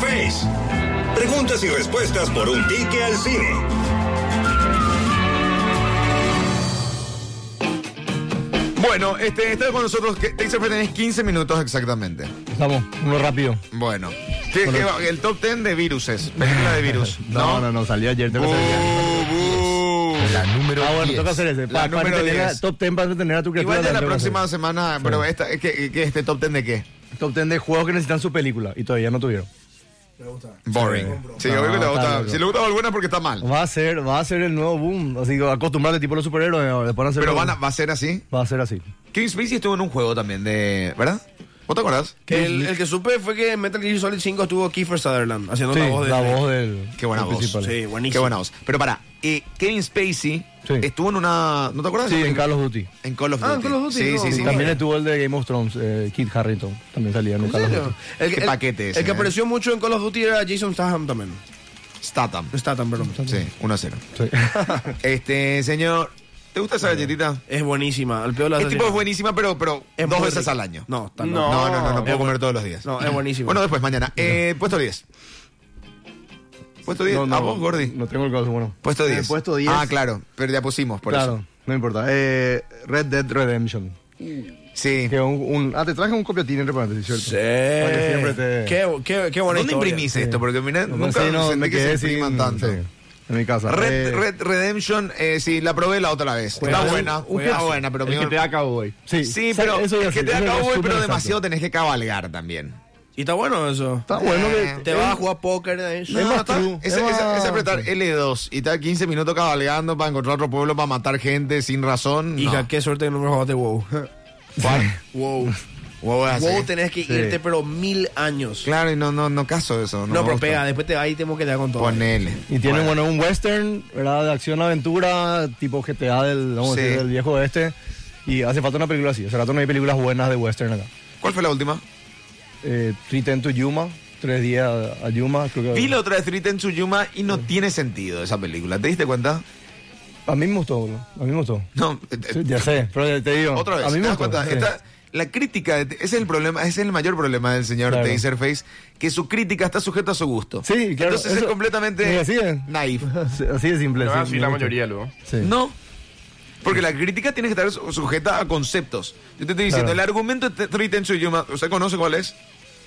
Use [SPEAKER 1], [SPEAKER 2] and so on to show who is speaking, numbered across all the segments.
[SPEAKER 1] Face. Preguntas y respuestas por un ticket al cine.
[SPEAKER 2] Bueno, este, está con nosotros. que- Taserfer, tenés 15 minutos exactamente.
[SPEAKER 3] Vamos, uno rápido.
[SPEAKER 2] Bueno. ¿Qué- qué va- el top 10 de viruses. Película de virus.
[SPEAKER 4] No, no, no, salió ayer. Tengo que hacer ya.
[SPEAKER 2] Bu, bu.
[SPEAKER 4] La número
[SPEAKER 3] Ah, bueno,
[SPEAKER 4] 10.
[SPEAKER 3] toca hacer ese.
[SPEAKER 2] La
[SPEAKER 3] Pa- para
[SPEAKER 2] número
[SPEAKER 3] tener
[SPEAKER 2] 10.
[SPEAKER 3] la- top 10 para tener a tu criatura.
[SPEAKER 2] Igual ya la
[SPEAKER 3] tengo que hacer.
[SPEAKER 2] próxima semana, pero esta, ¿qué, qué- este top 10 de qué?
[SPEAKER 3] Top 10 de juegos que necesitan su película y todavía no tuvieron.
[SPEAKER 2] Boring. Sí,
[SPEAKER 3] No,
[SPEAKER 2] yo creo que le
[SPEAKER 3] está
[SPEAKER 2] gusta.
[SPEAKER 3] loco.
[SPEAKER 2] Si le gusta alguna porque está mal.
[SPEAKER 3] Va a ser, va a ser el nuevo boom. Así que acostumbrarte tipo los superhéroes. ahora, Después van a ser
[SPEAKER 2] Pero
[SPEAKER 3] los-
[SPEAKER 2] van a- va a ser así.
[SPEAKER 3] Va a ser así.
[SPEAKER 2] Kevin Spacey estuvo en un juego también de. ¿Verdad? ¿Vos te acordás?
[SPEAKER 5] Que el, el que supe fue que en Metal Gear Solid 5 estuvo Kiefer Sutherland haciendo
[SPEAKER 3] sí,
[SPEAKER 5] la voz de este. Snake.
[SPEAKER 3] del.
[SPEAKER 2] Qué buena
[SPEAKER 3] del
[SPEAKER 2] voz.
[SPEAKER 3] principal.
[SPEAKER 5] Sí,
[SPEAKER 2] Qué
[SPEAKER 5] buenísimo.
[SPEAKER 2] buena voz. Pero para, eh, Kevin Spacey
[SPEAKER 3] Sí.
[SPEAKER 2] estuvo en una. ¿No te acuerdas?
[SPEAKER 3] Sí, en Call of Duty.
[SPEAKER 2] En Call of
[SPEAKER 5] Ah,
[SPEAKER 2] Duty.
[SPEAKER 5] en Call of Duty,
[SPEAKER 2] Sí,
[SPEAKER 5] no.
[SPEAKER 2] sí, sí.
[SPEAKER 3] También estuvo el de Game of Thrones, eh, Kit Harrington. También salía en un
[SPEAKER 5] ¿En
[SPEAKER 3] Call of
[SPEAKER 5] serio?
[SPEAKER 3] Duty.
[SPEAKER 5] El,
[SPEAKER 2] Qué
[SPEAKER 5] el-
[SPEAKER 2] paquete ese,
[SPEAKER 5] el que
[SPEAKER 2] eh.
[SPEAKER 5] apareció mucho en Call of Duty era Jason Statham también.
[SPEAKER 2] Statham.
[SPEAKER 5] Statham, perdón.
[SPEAKER 2] Sí, 1 a 0.
[SPEAKER 3] Sí.
[SPEAKER 2] Este, señor, ¿te gusta esa galletita?
[SPEAKER 5] Es buenísima. El peor la
[SPEAKER 2] Este tipo es
[SPEAKER 5] asesina.
[SPEAKER 2] buenísima, pero, pero
[SPEAKER 5] Es
[SPEAKER 2] dos
[SPEAKER 5] muy
[SPEAKER 2] veces
[SPEAKER 5] rica.
[SPEAKER 2] al año.
[SPEAKER 5] No, está
[SPEAKER 2] no,
[SPEAKER 5] no.
[SPEAKER 2] no, no, no puedo comer todos los días.
[SPEAKER 5] No, es buenísimo.
[SPEAKER 2] Bueno, después, mañana. Eh, puesto 10. Puesto 10.
[SPEAKER 3] No, no,
[SPEAKER 2] ¿A vos, Gordy?
[SPEAKER 3] No tengo el caso, bueno.
[SPEAKER 2] Puesto
[SPEAKER 4] Eh,
[SPEAKER 2] 10.
[SPEAKER 4] puesto 10.
[SPEAKER 2] Ah, claro, pero ya pusimos, por
[SPEAKER 3] claro,
[SPEAKER 2] eso.
[SPEAKER 3] no importa. Eh, Red Dead Redemption.
[SPEAKER 2] Sí.
[SPEAKER 3] Que un, un- ah, te traje un copiatín entre paréntesis, ¿cierto?
[SPEAKER 5] Sí.
[SPEAKER 3] Para que siempre te...
[SPEAKER 5] Qué, qué, qué buena
[SPEAKER 2] ¿Dónde
[SPEAKER 5] historia.
[SPEAKER 2] imprimís esto? Porque mirá,
[SPEAKER 3] No,
[SPEAKER 2] nunca
[SPEAKER 3] sí, no,
[SPEAKER 2] sentí
[SPEAKER 3] me
[SPEAKER 2] que se
[SPEAKER 3] quedé sin...
[SPEAKER 2] impriman tanto.
[SPEAKER 3] sí, en mi casa.
[SPEAKER 2] Red,
[SPEAKER 3] Eh,
[SPEAKER 2] Red Redemption, eh, sí, la probé la otra vez. Está
[SPEAKER 5] Juegazo.
[SPEAKER 2] buena, está
[SPEAKER 5] Juegazo.
[SPEAKER 2] buena, pero...
[SPEAKER 4] El
[SPEAKER 2] mi-
[SPEAKER 4] que te da cowboy.
[SPEAKER 3] Sí,
[SPEAKER 2] Sí,
[SPEAKER 3] o sea,
[SPEAKER 2] pero
[SPEAKER 3] eso iba a
[SPEAKER 2] es que
[SPEAKER 3] decir,
[SPEAKER 2] te
[SPEAKER 3] eso
[SPEAKER 2] da
[SPEAKER 3] era
[SPEAKER 2] cowboy,
[SPEAKER 3] súper
[SPEAKER 2] pero
[SPEAKER 3] exacto.
[SPEAKER 2] demasiado tenés que cabalgar también.
[SPEAKER 5] Y está bueno eso.
[SPEAKER 3] Está bueno que...
[SPEAKER 5] Te vas a jugar póker de eso.
[SPEAKER 2] Eh, No,
[SPEAKER 3] más
[SPEAKER 2] está-
[SPEAKER 3] true,
[SPEAKER 2] ese-
[SPEAKER 3] es
[SPEAKER 2] ese-
[SPEAKER 3] más-
[SPEAKER 2] ese apretar L2 y estar 15 minutos cabalgando para encontrar otro pueblo para matar gente sin razón.
[SPEAKER 5] Hija,
[SPEAKER 2] no.
[SPEAKER 5] qué suerte que no me jugaste WoW.
[SPEAKER 2] ¿Cuál?
[SPEAKER 5] WoW.
[SPEAKER 2] Wow, es así.
[SPEAKER 5] WoW tenés que
[SPEAKER 3] Sí.
[SPEAKER 5] irte, pero mil años.
[SPEAKER 2] Claro, y no, no, no caso eso. No,
[SPEAKER 5] no,
[SPEAKER 2] me
[SPEAKER 5] pero
[SPEAKER 2] gusta.
[SPEAKER 5] pega, después te vas y tengo que te da con todo.
[SPEAKER 2] Ponele.
[SPEAKER 3] Y tiene, bueno, un western, ¿verdad? De acción-aventura, tipo GTA del, vamos a
[SPEAKER 2] Sí.
[SPEAKER 3] decir, del viejo oeste. Y hace falta una película así. Hace rato no hay películas buenas de western acá.
[SPEAKER 2] ¿Cuál fue la última?
[SPEAKER 3] Eh, Triten to Yuma, tres días a- a Yuma. Creo que
[SPEAKER 2] Vi la otra de Street en Tsuyuma y no tiene sentido esa película. ¿Te diste cuenta?
[SPEAKER 3] A mí me gustó, boludo. A mí me gustó.
[SPEAKER 2] No. eh, eh,
[SPEAKER 3] Sí, ya sé, pero te digo.
[SPEAKER 2] Otra vez. Ah,
[SPEAKER 3] A mí
[SPEAKER 2] ¿te
[SPEAKER 3] me
[SPEAKER 2] das
[SPEAKER 3] gustó.
[SPEAKER 2] cuenta?
[SPEAKER 3] sí.
[SPEAKER 2] Esta- la crítica, de- ese es el problema, ese es el mayor problema del señor
[SPEAKER 3] Claro.
[SPEAKER 2] Taserface, que su crítica está sujeta a su gusto.
[SPEAKER 3] Sí, claro.
[SPEAKER 2] Entonces es
[SPEAKER 3] eso- Sí,
[SPEAKER 2] completamente
[SPEAKER 3] así es.
[SPEAKER 2] naive.
[SPEAKER 3] Sí, Así de simple.
[SPEAKER 4] No,
[SPEAKER 3] sí,
[SPEAKER 4] así
[SPEAKER 3] me
[SPEAKER 4] la
[SPEAKER 3] gusta.
[SPEAKER 4] mayoría luego.
[SPEAKER 3] Sí.
[SPEAKER 2] No. Porque la crítica tiene que estar su- sujeta a conceptos. Yo te estoy diciendo,
[SPEAKER 3] Claro.
[SPEAKER 2] el argumento de Three Tensu Yuma, ¿usted conoce cuál es?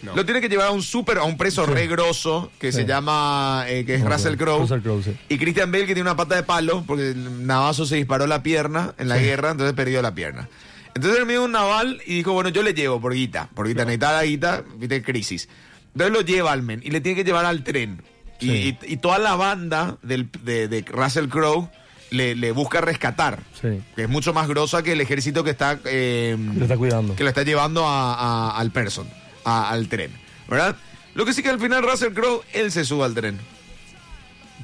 [SPEAKER 4] No.
[SPEAKER 2] Lo tiene que llevar a un super, a un preso re grosso que se llama, eh, que es
[SPEAKER 3] No,
[SPEAKER 2] Russell
[SPEAKER 3] no,
[SPEAKER 2] Crowe.
[SPEAKER 3] Russell Crowe, sí.
[SPEAKER 2] Y Christian Bale que tiene una pata de palo porque el Navazo se disparó la pierna en la guerra, entonces perdió la pierna. Entonces él me dio un naval y dijo, bueno, yo le llevo por guita, por guita, necesitaba la guita, viste, crisis. Entonces lo lleva al men y le tiene que llevar al tren. Y,
[SPEAKER 3] Sí.
[SPEAKER 2] y- y toda la banda del- de, de Russell Crowe le, le busca rescatar,
[SPEAKER 3] Sí.
[SPEAKER 2] que es mucho más grosa que el ejército que está... eh,
[SPEAKER 3] Lo está cuidando.
[SPEAKER 2] que lo está llevando a- a- al person, a- al tren, ¿verdad? Lo que sí que al final Russell Crowe, él se sube al tren.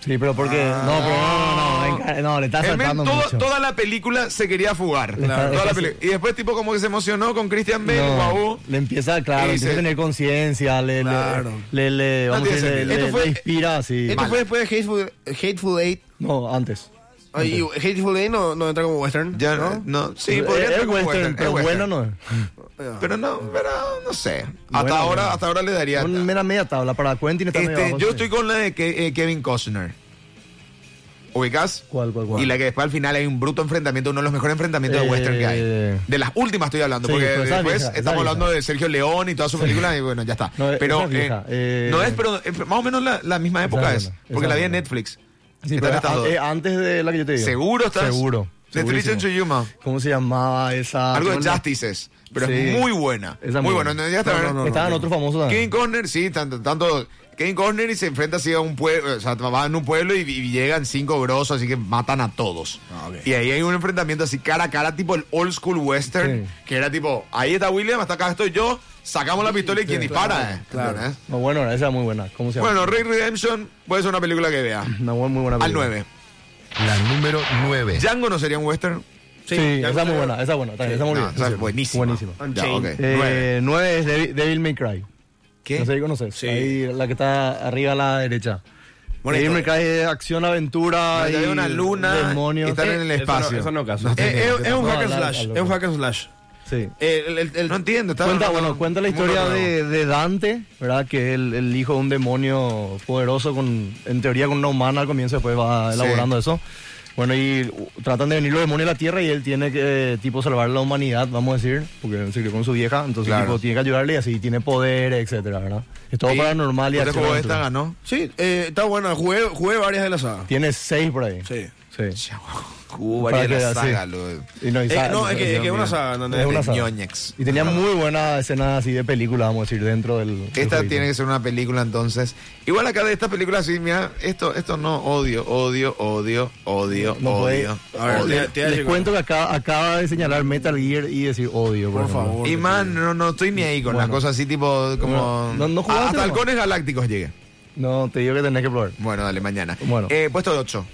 [SPEAKER 3] Sí, pero porque. No, pero no, no, no. enca- No, le está
[SPEAKER 2] El Ah. men
[SPEAKER 3] saltando
[SPEAKER 2] Em, todo-
[SPEAKER 3] mucho.
[SPEAKER 2] Toda la película se quería fugar.
[SPEAKER 3] Claro.
[SPEAKER 2] Toda la
[SPEAKER 3] Entonces-
[SPEAKER 2] peli- Y después tipo como que se emocionó con Christian Bale,
[SPEAKER 3] No,
[SPEAKER 2] guau.
[SPEAKER 3] le empieza, claro,
[SPEAKER 2] Y
[SPEAKER 3] empieza
[SPEAKER 2] dice-
[SPEAKER 3] a tener conciencia, le, le-
[SPEAKER 5] Claro.
[SPEAKER 3] le, le-
[SPEAKER 2] No
[SPEAKER 3] vamos a
[SPEAKER 2] tiene
[SPEAKER 3] decir, le,
[SPEAKER 2] sentido.
[SPEAKER 3] le-
[SPEAKER 2] Esto fue-
[SPEAKER 3] le inspira, sí.
[SPEAKER 5] Esto
[SPEAKER 2] Mal.
[SPEAKER 5] Este fue después de Hateful, Hateful Eight.
[SPEAKER 3] No, antes.
[SPEAKER 5] Ay, y Hateful Eight no, no entra como western.
[SPEAKER 2] Ya,
[SPEAKER 5] eh, ¿no?
[SPEAKER 2] no, sí,
[SPEAKER 3] Es-
[SPEAKER 2] podría
[SPEAKER 3] es
[SPEAKER 2] ser como
[SPEAKER 3] western,
[SPEAKER 2] western,
[SPEAKER 3] pero
[SPEAKER 2] es western.
[SPEAKER 3] bueno no es.
[SPEAKER 2] Pero no, pero no sé. Hasta
[SPEAKER 3] Bueno,
[SPEAKER 2] ahora,
[SPEAKER 3] bueno.
[SPEAKER 2] hasta ahora le daría.
[SPEAKER 3] Una mera media tabla para Quentin está medio
[SPEAKER 2] Este,
[SPEAKER 3] abajo,
[SPEAKER 2] yo
[SPEAKER 3] sí.
[SPEAKER 2] estoy con la de Ke- eh, Kevin Costner. ¿Ubicás?
[SPEAKER 3] ¿Cuál, cuál, cuál?
[SPEAKER 2] Y la que después al final hay un bruto enfrentamiento, uno de los mejores enfrentamientos de
[SPEAKER 3] Eh.
[SPEAKER 2] western que hay. De las últimas estoy hablando,
[SPEAKER 3] Sí,
[SPEAKER 2] porque
[SPEAKER 3] pero esa es
[SPEAKER 2] después
[SPEAKER 3] vieja, esa es
[SPEAKER 2] estamos
[SPEAKER 3] vieja.
[SPEAKER 2] hablando de Sergio León y todas sus películas y bueno, ya está.
[SPEAKER 3] No, esa
[SPEAKER 2] pero
[SPEAKER 3] es vieja, eh.
[SPEAKER 2] no es, pero eh, más o menos la, la misma época es,
[SPEAKER 3] es buena, esa
[SPEAKER 2] porque
[SPEAKER 3] es
[SPEAKER 2] la vi en
[SPEAKER 3] buena.
[SPEAKER 2] Netflix.
[SPEAKER 3] Sí,
[SPEAKER 2] Están
[SPEAKER 3] pero
[SPEAKER 2] estas
[SPEAKER 3] a-
[SPEAKER 2] dos.
[SPEAKER 3] eh, antes de la que yo te digo.
[SPEAKER 2] ¿Seguro estás?
[SPEAKER 3] Seguro.
[SPEAKER 2] The Three
[SPEAKER 3] segurísimo.
[SPEAKER 2] Cents to Yuma.
[SPEAKER 3] ¿Cómo se llamaba esa?
[SPEAKER 2] Algo de
[SPEAKER 3] Bueno,
[SPEAKER 2] Justices, pero es
[SPEAKER 3] Ah, Sí.
[SPEAKER 2] muy buena.
[SPEAKER 3] Esa es
[SPEAKER 2] muy
[SPEAKER 3] muy
[SPEAKER 2] buena.
[SPEAKER 3] buena.
[SPEAKER 2] No, ya está, ¿verdad?
[SPEAKER 3] Estaban otros famosos
[SPEAKER 2] Kevin
[SPEAKER 3] también.
[SPEAKER 2] Conner, sí, tanto, tanto Kevin Conner y se enfrenta así a un pueblo, o sea, va en un pueblo y, y llegan cinco grosos, así que matan a todos.
[SPEAKER 5] Ah, ok.
[SPEAKER 2] Y ahí hay un enfrentamiento así cara a cara, tipo el old school western,
[SPEAKER 3] Sí.
[SPEAKER 2] que era tipo, ahí está William, hasta acá estoy yo, sacamos la pistola y quien dispara. eh.
[SPEAKER 5] claro.
[SPEAKER 2] ¿Entendés?
[SPEAKER 3] No, bueno, esa era muy buena. ¿Cómo se llama?
[SPEAKER 2] Bueno, Red Redemption puede ser una película que vea.
[SPEAKER 3] Una buena, muy buena
[SPEAKER 2] Al
[SPEAKER 3] película.
[SPEAKER 2] 9.
[SPEAKER 4] La número 9.
[SPEAKER 2] Django no sería un western.
[SPEAKER 3] Sí, esa
[SPEAKER 5] ya
[SPEAKER 3] es muy
[SPEAKER 5] no-
[SPEAKER 3] buena, esa es buena. También, esa es muy
[SPEAKER 2] No,
[SPEAKER 3] bien.
[SPEAKER 2] esa es buenísima.
[SPEAKER 3] Buenísima.
[SPEAKER 2] Ya, ok.
[SPEAKER 5] Unchained.
[SPEAKER 2] Nueve.
[SPEAKER 3] Eh, 9 es Devil, Devil May Cry.
[SPEAKER 2] ¿Qué?
[SPEAKER 3] No sé si conoces.
[SPEAKER 5] Sí.
[SPEAKER 3] Ahí, la que está arriba a la derecha.
[SPEAKER 5] Buena
[SPEAKER 3] Devil May
[SPEAKER 5] historia.
[SPEAKER 3] Cry es acción, aventura.
[SPEAKER 2] Ahí
[SPEAKER 3] y
[SPEAKER 2] hay una luna,
[SPEAKER 3] Demonios.
[SPEAKER 2] están en el
[SPEAKER 4] Eso no-
[SPEAKER 2] espacio.
[SPEAKER 4] eso no caso.
[SPEAKER 5] Eh, eh, es un
[SPEAKER 3] No,
[SPEAKER 5] hack and
[SPEAKER 3] la- la
[SPEAKER 5] slash.
[SPEAKER 3] loca.
[SPEAKER 5] Es un hack and slash.
[SPEAKER 3] Sí.
[SPEAKER 5] Eh, el- el- el-
[SPEAKER 2] No entiendo. está-
[SPEAKER 3] Cuenta,
[SPEAKER 2] no, no,
[SPEAKER 3] bueno, cuenta la
[SPEAKER 2] mundo
[SPEAKER 3] historia
[SPEAKER 2] nuevo.
[SPEAKER 3] de, de Dante, ¿verdad? Que es el, el hijo de un demonio poderoso, con, en teoría con una humana al comienzo, después
[SPEAKER 2] Sí.
[SPEAKER 3] va elaborando eso. Bueno, y uh, tratan de venir los demonios a la Tierra y él tiene que, eh, tipo, salvar la humanidad, vamos a decir, porque él se crió con su vieja, entonces,
[SPEAKER 2] Claro.
[SPEAKER 3] tipo, tiene que ayudarle y así tiene poder, etcétera, ¿verdad? Es todo
[SPEAKER 2] Sí.
[SPEAKER 3] paranormal y
[SPEAKER 2] Usted
[SPEAKER 3] acción
[SPEAKER 2] jugó
[SPEAKER 3] aventura.
[SPEAKER 2] esta, ganó.
[SPEAKER 5] Sí, eh, está buena. Jugué, jugué varias de las sagas.
[SPEAKER 3] Tiene seis por ahí.
[SPEAKER 5] Sí.
[SPEAKER 3] Sí.
[SPEAKER 2] Hubo
[SPEAKER 3] Para
[SPEAKER 2] varias de la
[SPEAKER 3] que-
[SPEAKER 2] saga,
[SPEAKER 3] sí.
[SPEAKER 2] lo-
[SPEAKER 3] Y no, y
[SPEAKER 5] Eh,
[SPEAKER 3] sabe-
[SPEAKER 5] no, es que es que es una
[SPEAKER 2] Dios mío.
[SPEAKER 5] saga. ¿no?
[SPEAKER 3] Es una
[SPEAKER 2] de
[SPEAKER 3] saga.
[SPEAKER 2] ñoñex.
[SPEAKER 3] Y tenía muy buenas escenas así de película, vamos a decir, dentro del. del
[SPEAKER 2] Esta
[SPEAKER 3] jueguito.
[SPEAKER 2] tiene que ser una película entonces. Igual acá de esta película sí, mira, esto, esto no, odio, odio, odio, odio,
[SPEAKER 3] No puede-
[SPEAKER 2] odio.
[SPEAKER 5] A ver,
[SPEAKER 2] odio.
[SPEAKER 5] te- te voy a
[SPEAKER 3] Les
[SPEAKER 5] decir-
[SPEAKER 3] cuento que acá, acaba de señalar Metal Gear y decir odio,
[SPEAKER 5] Por
[SPEAKER 3] ejemplo.
[SPEAKER 5] favor.
[SPEAKER 2] Y man, no, no estoy ni ahí con las cosas así tipo como...
[SPEAKER 3] Bueno, no- no jugaste,
[SPEAKER 2] hasta
[SPEAKER 3] ¿no?
[SPEAKER 2] halcones galácticos llegué.
[SPEAKER 3] No, te digo que tenés que probar.
[SPEAKER 2] Bueno, dale, mañana.
[SPEAKER 3] Bueno.
[SPEAKER 2] Eh, puesto 8.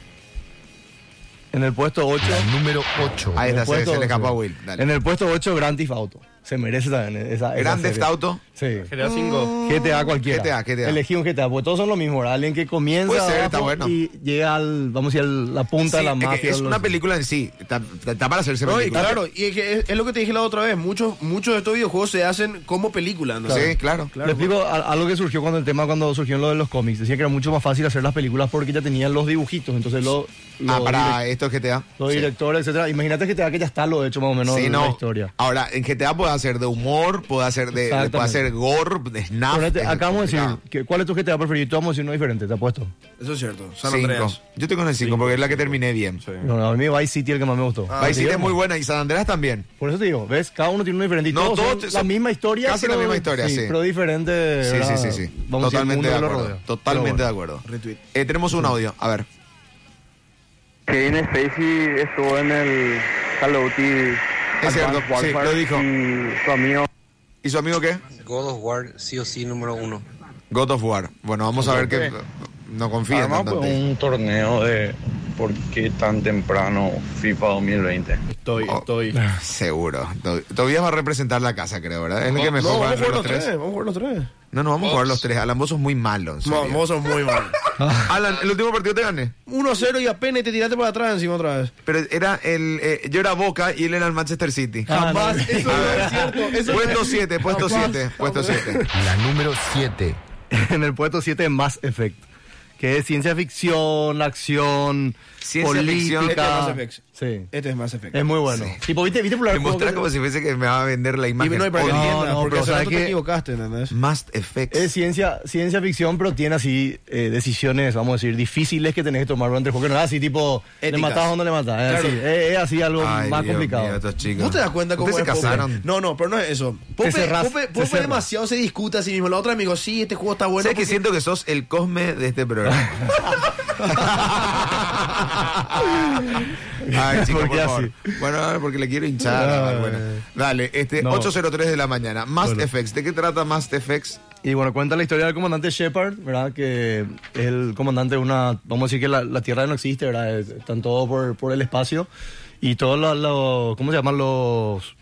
[SPEAKER 3] En el puesto 8.
[SPEAKER 4] La número 8.
[SPEAKER 2] Ahí está, se, se le escapó a Will. Dale.
[SPEAKER 3] En el puesto 8, Grand Theft Auto. Se merece también esa. esa
[SPEAKER 2] Grand
[SPEAKER 3] serie.
[SPEAKER 2] Theft Auto.
[SPEAKER 3] Sí.
[SPEAKER 5] GTA 5.
[SPEAKER 3] GTA cualquiera.
[SPEAKER 2] GTA, GTA.
[SPEAKER 3] Elegí un GTA, porque pues todos son lo mismo, ¿verdad? Alguien que comienza
[SPEAKER 2] Puede ser,
[SPEAKER 3] abajo
[SPEAKER 2] está bueno.
[SPEAKER 3] y llega al, vamos a decir, al- la punta de
[SPEAKER 2] Sí,
[SPEAKER 3] la
[SPEAKER 2] es que
[SPEAKER 3] mafia.
[SPEAKER 2] es
[SPEAKER 3] los-
[SPEAKER 2] una película en sí, está, está- está para hacerse
[SPEAKER 5] No, y
[SPEAKER 2] película.
[SPEAKER 5] claro, y es, que es- es lo que te dije la otra vez. Muchos muchos de estos videojuegos se hacen como películas. ¿no?
[SPEAKER 2] Sí, claro.
[SPEAKER 5] Claro,
[SPEAKER 3] Le explico a- algo que surgió cuando el tema, cuando surgió lo de los cómics. Decía que era mucho más fácil hacer las películas porque ya tenían los dibujitos. Entonces lo,
[SPEAKER 2] Ah,
[SPEAKER 3] lo
[SPEAKER 2] para esto es GTA.
[SPEAKER 3] los
[SPEAKER 2] Sí.
[SPEAKER 3] directores, etcétera. Imagínate que te da que ya está lo hecho más o menos
[SPEAKER 2] Sí,
[SPEAKER 3] de
[SPEAKER 2] no.
[SPEAKER 3] la historia.
[SPEAKER 2] Ahora, en GTA puede hacer de humor, puede hacer de,
[SPEAKER 3] Exactamente.
[SPEAKER 2] puede hacer gore, de snap.
[SPEAKER 3] Ponete,
[SPEAKER 2] Ah, es
[SPEAKER 3] acá vamos a
[SPEAKER 2] complicado.
[SPEAKER 3] este, decir, que- ¿cuál es tu GTA preferido? Y Todos vamos a decir uno diferente, te apuesto.
[SPEAKER 5] Eso es cierto. San
[SPEAKER 2] Cinco.
[SPEAKER 5] Andreas.
[SPEAKER 2] Yo estoy con el 5 porque es la que terminé bien.
[SPEAKER 3] No, no, a mí Vice City es el que más me gustó.
[SPEAKER 2] Ah, Vice City es muy buena y San Andreas también.
[SPEAKER 3] Por eso te digo, ¿ves? Cada uno tiene uno diferente. Y
[SPEAKER 2] No,
[SPEAKER 3] todos,
[SPEAKER 2] todos
[SPEAKER 3] son la
[SPEAKER 2] son
[SPEAKER 3] misma historia.
[SPEAKER 2] casi la
[SPEAKER 3] pero-
[SPEAKER 2] misma historia, sí.
[SPEAKER 3] Pero diferente.
[SPEAKER 2] Sí, sí,
[SPEAKER 3] ¿verdad?
[SPEAKER 2] sí, sí.
[SPEAKER 3] Vamos a decir, el
[SPEAKER 2] Totalmente
[SPEAKER 3] mundo
[SPEAKER 2] de
[SPEAKER 3] que lo
[SPEAKER 2] acuerdo.
[SPEAKER 3] rodea.
[SPEAKER 2] Totalmente de
[SPEAKER 3] Pero bueno.
[SPEAKER 2] acuerdo.
[SPEAKER 5] Retweet.
[SPEAKER 2] Eh, tenemos un audio, a ver.
[SPEAKER 6] Kevin Spacey estuvo en el Call of Duty
[SPEAKER 2] Es cierto,
[SPEAKER 6] Advanced
[SPEAKER 2] sí,
[SPEAKER 6] Warfare
[SPEAKER 2] lo dijo.
[SPEAKER 6] Y su amigo
[SPEAKER 2] ¿Y su amigo qué?
[SPEAKER 7] God of War sí o sí número uno.
[SPEAKER 2] God of War. Bueno, vamos a ver que no confía
[SPEAKER 8] Armamos
[SPEAKER 2] tanto en ti.
[SPEAKER 8] un torneo de por qué tan temprano FIFA 2020.
[SPEAKER 4] Estoy,
[SPEAKER 2] Oh.
[SPEAKER 4] estoy.
[SPEAKER 2] Seguro. To- Tobías va a representar la casa, creo, ¿verdad? Es el que
[SPEAKER 5] No,
[SPEAKER 2] mejor
[SPEAKER 5] vamos
[SPEAKER 2] va
[SPEAKER 5] a
[SPEAKER 2] entre
[SPEAKER 5] jugar
[SPEAKER 2] los
[SPEAKER 5] los tres.
[SPEAKER 2] tres.
[SPEAKER 5] Vamos a jugar los tres.
[SPEAKER 2] No, no, vamos a jugar los tres. Alan, vos sos muy malo. en
[SPEAKER 5] No,
[SPEAKER 2] serio. Ah.
[SPEAKER 5] vos sos muy mal. Ah.
[SPEAKER 2] Alan, el último partido te gané.
[SPEAKER 5] 1-0 y apenas te tiraste para atrás encima otra vez.
[SPEAKER 2] Pero era el. eh, yo era Boca y él era el Manchester City.
[SPEAKER 3] Ah,
[SPEAKER 5] Capaz, eso no Ah. es cierto. Eso
[SPEAKER 2] Puesto 7, puesto 7, puesto 7.
[SPEAKER 4] La número 7.
[SPEAKER 3] en el puesto 7, Mass Effect. Que es ciencia ficción, acción,
[SPEAKER 2] Ciencia
[SPEAKER 3] política.
[SPEAKER 2] ficción.
[SPEAKER 5] Este es Mass Effect.
[SPEAKER 3] Sí.
[SPEAKER 5] Este es más efecto.
[SPEAKER 3] Es muy bueno. Tipo, ¿viste, viste por la
[SPEAKER 2] Te mostrás como si fuese que me va a vender la
[SPEAKER 5] Y
[SPEAKER 2] imagen.
[SPEAKER 5] no hay para que
[SPEAKER 2] Odio.
[SPEAKER 5] entiendas,
[SPEAKER 3] no,
[SPEAKER 5] porque
[SPEAKER 3] pero
[SPEAKER 5] hace
[SPEAKER 3] ¿sabes
[SPEAKER 5] rato te
[SPEAKER 3] qué?
[SPEAKER 5] equivocaste, ¿entendés?
[SPEAKER 2] Must Effects.
[SPEAKER 3] Es ciencia, ciencia ficción, pero tiene así eh, decisiones, vamos a decir, difíciles que tenés que tomar durante el juego. Que no es así tipo, ¿le
[SPEAKER 5] Éticas.
[SPEAKER 3] matás o no le matás? Es,
[SPEAKER 5] Claro.
[SPEAKER 3] así, es- es así algo
[SPEAKER 2] Ay,
[SPEAKER 3] más
[SPEAKER 2] Dios
[SPEAKER 3] complicado.
[SPEAKER 2] mío, estos chicos.
[SPEAKER 5] ¿Vos te das cuenta cómo
[SPEAKER 2] Ustedes
[SPEAKER 5] es
[SPEAKER 2] se
[SPEAKER 5] Pope?
[SPEAKER 2] casaron?
[SPEAKER 5] No, no, pero no es eso. Pope,
[SPEAKER 3] cerrás,
[SPEAKER 5] Pope-
[SPEAKER 3] te
[SPEAKER 5] Pope
[SPEAKER 3] cerras.
[SPEAKER 5] demasiado se discuta a sí mismo. La otra amigo, sí, este juego está bueno.
[SPEAKER 2] Sé que
[SPEAKER 5] porque-
[SPEAKER 2] siento que sos el cosme de este programa. Ay, chico,
[SPEAKER 3] ¿Por
[SPEAKER 2] por,
[SPEAKER 3] qué
[SPEAKER 2] favor.
[SPEAKER 3] así?
[SPEAKER 2] Bueno, a ver, porque le quiero hinchar.
[SPEAKER 3] Ah,
[SPEAKER 2] Ay, bueno. Dale, este
[SPEAKER 3] No.
[SPEAKER 2] 803 de la mañana. Must
[SPEAKER 3] Bueno.
[SPEAKER 2] Effects. ¿De qué trata Must Effects?
[SPEAKER 3] Y bueno, cuenta la historia del comandante Shepard, ¿verdad? Que es el comandante de una. Vamos a decir que la, la Tierra no existe, ¿verdad? Es- Están todos por, por el espacio. Y todos los, los- ¿Cómo se llaman? Los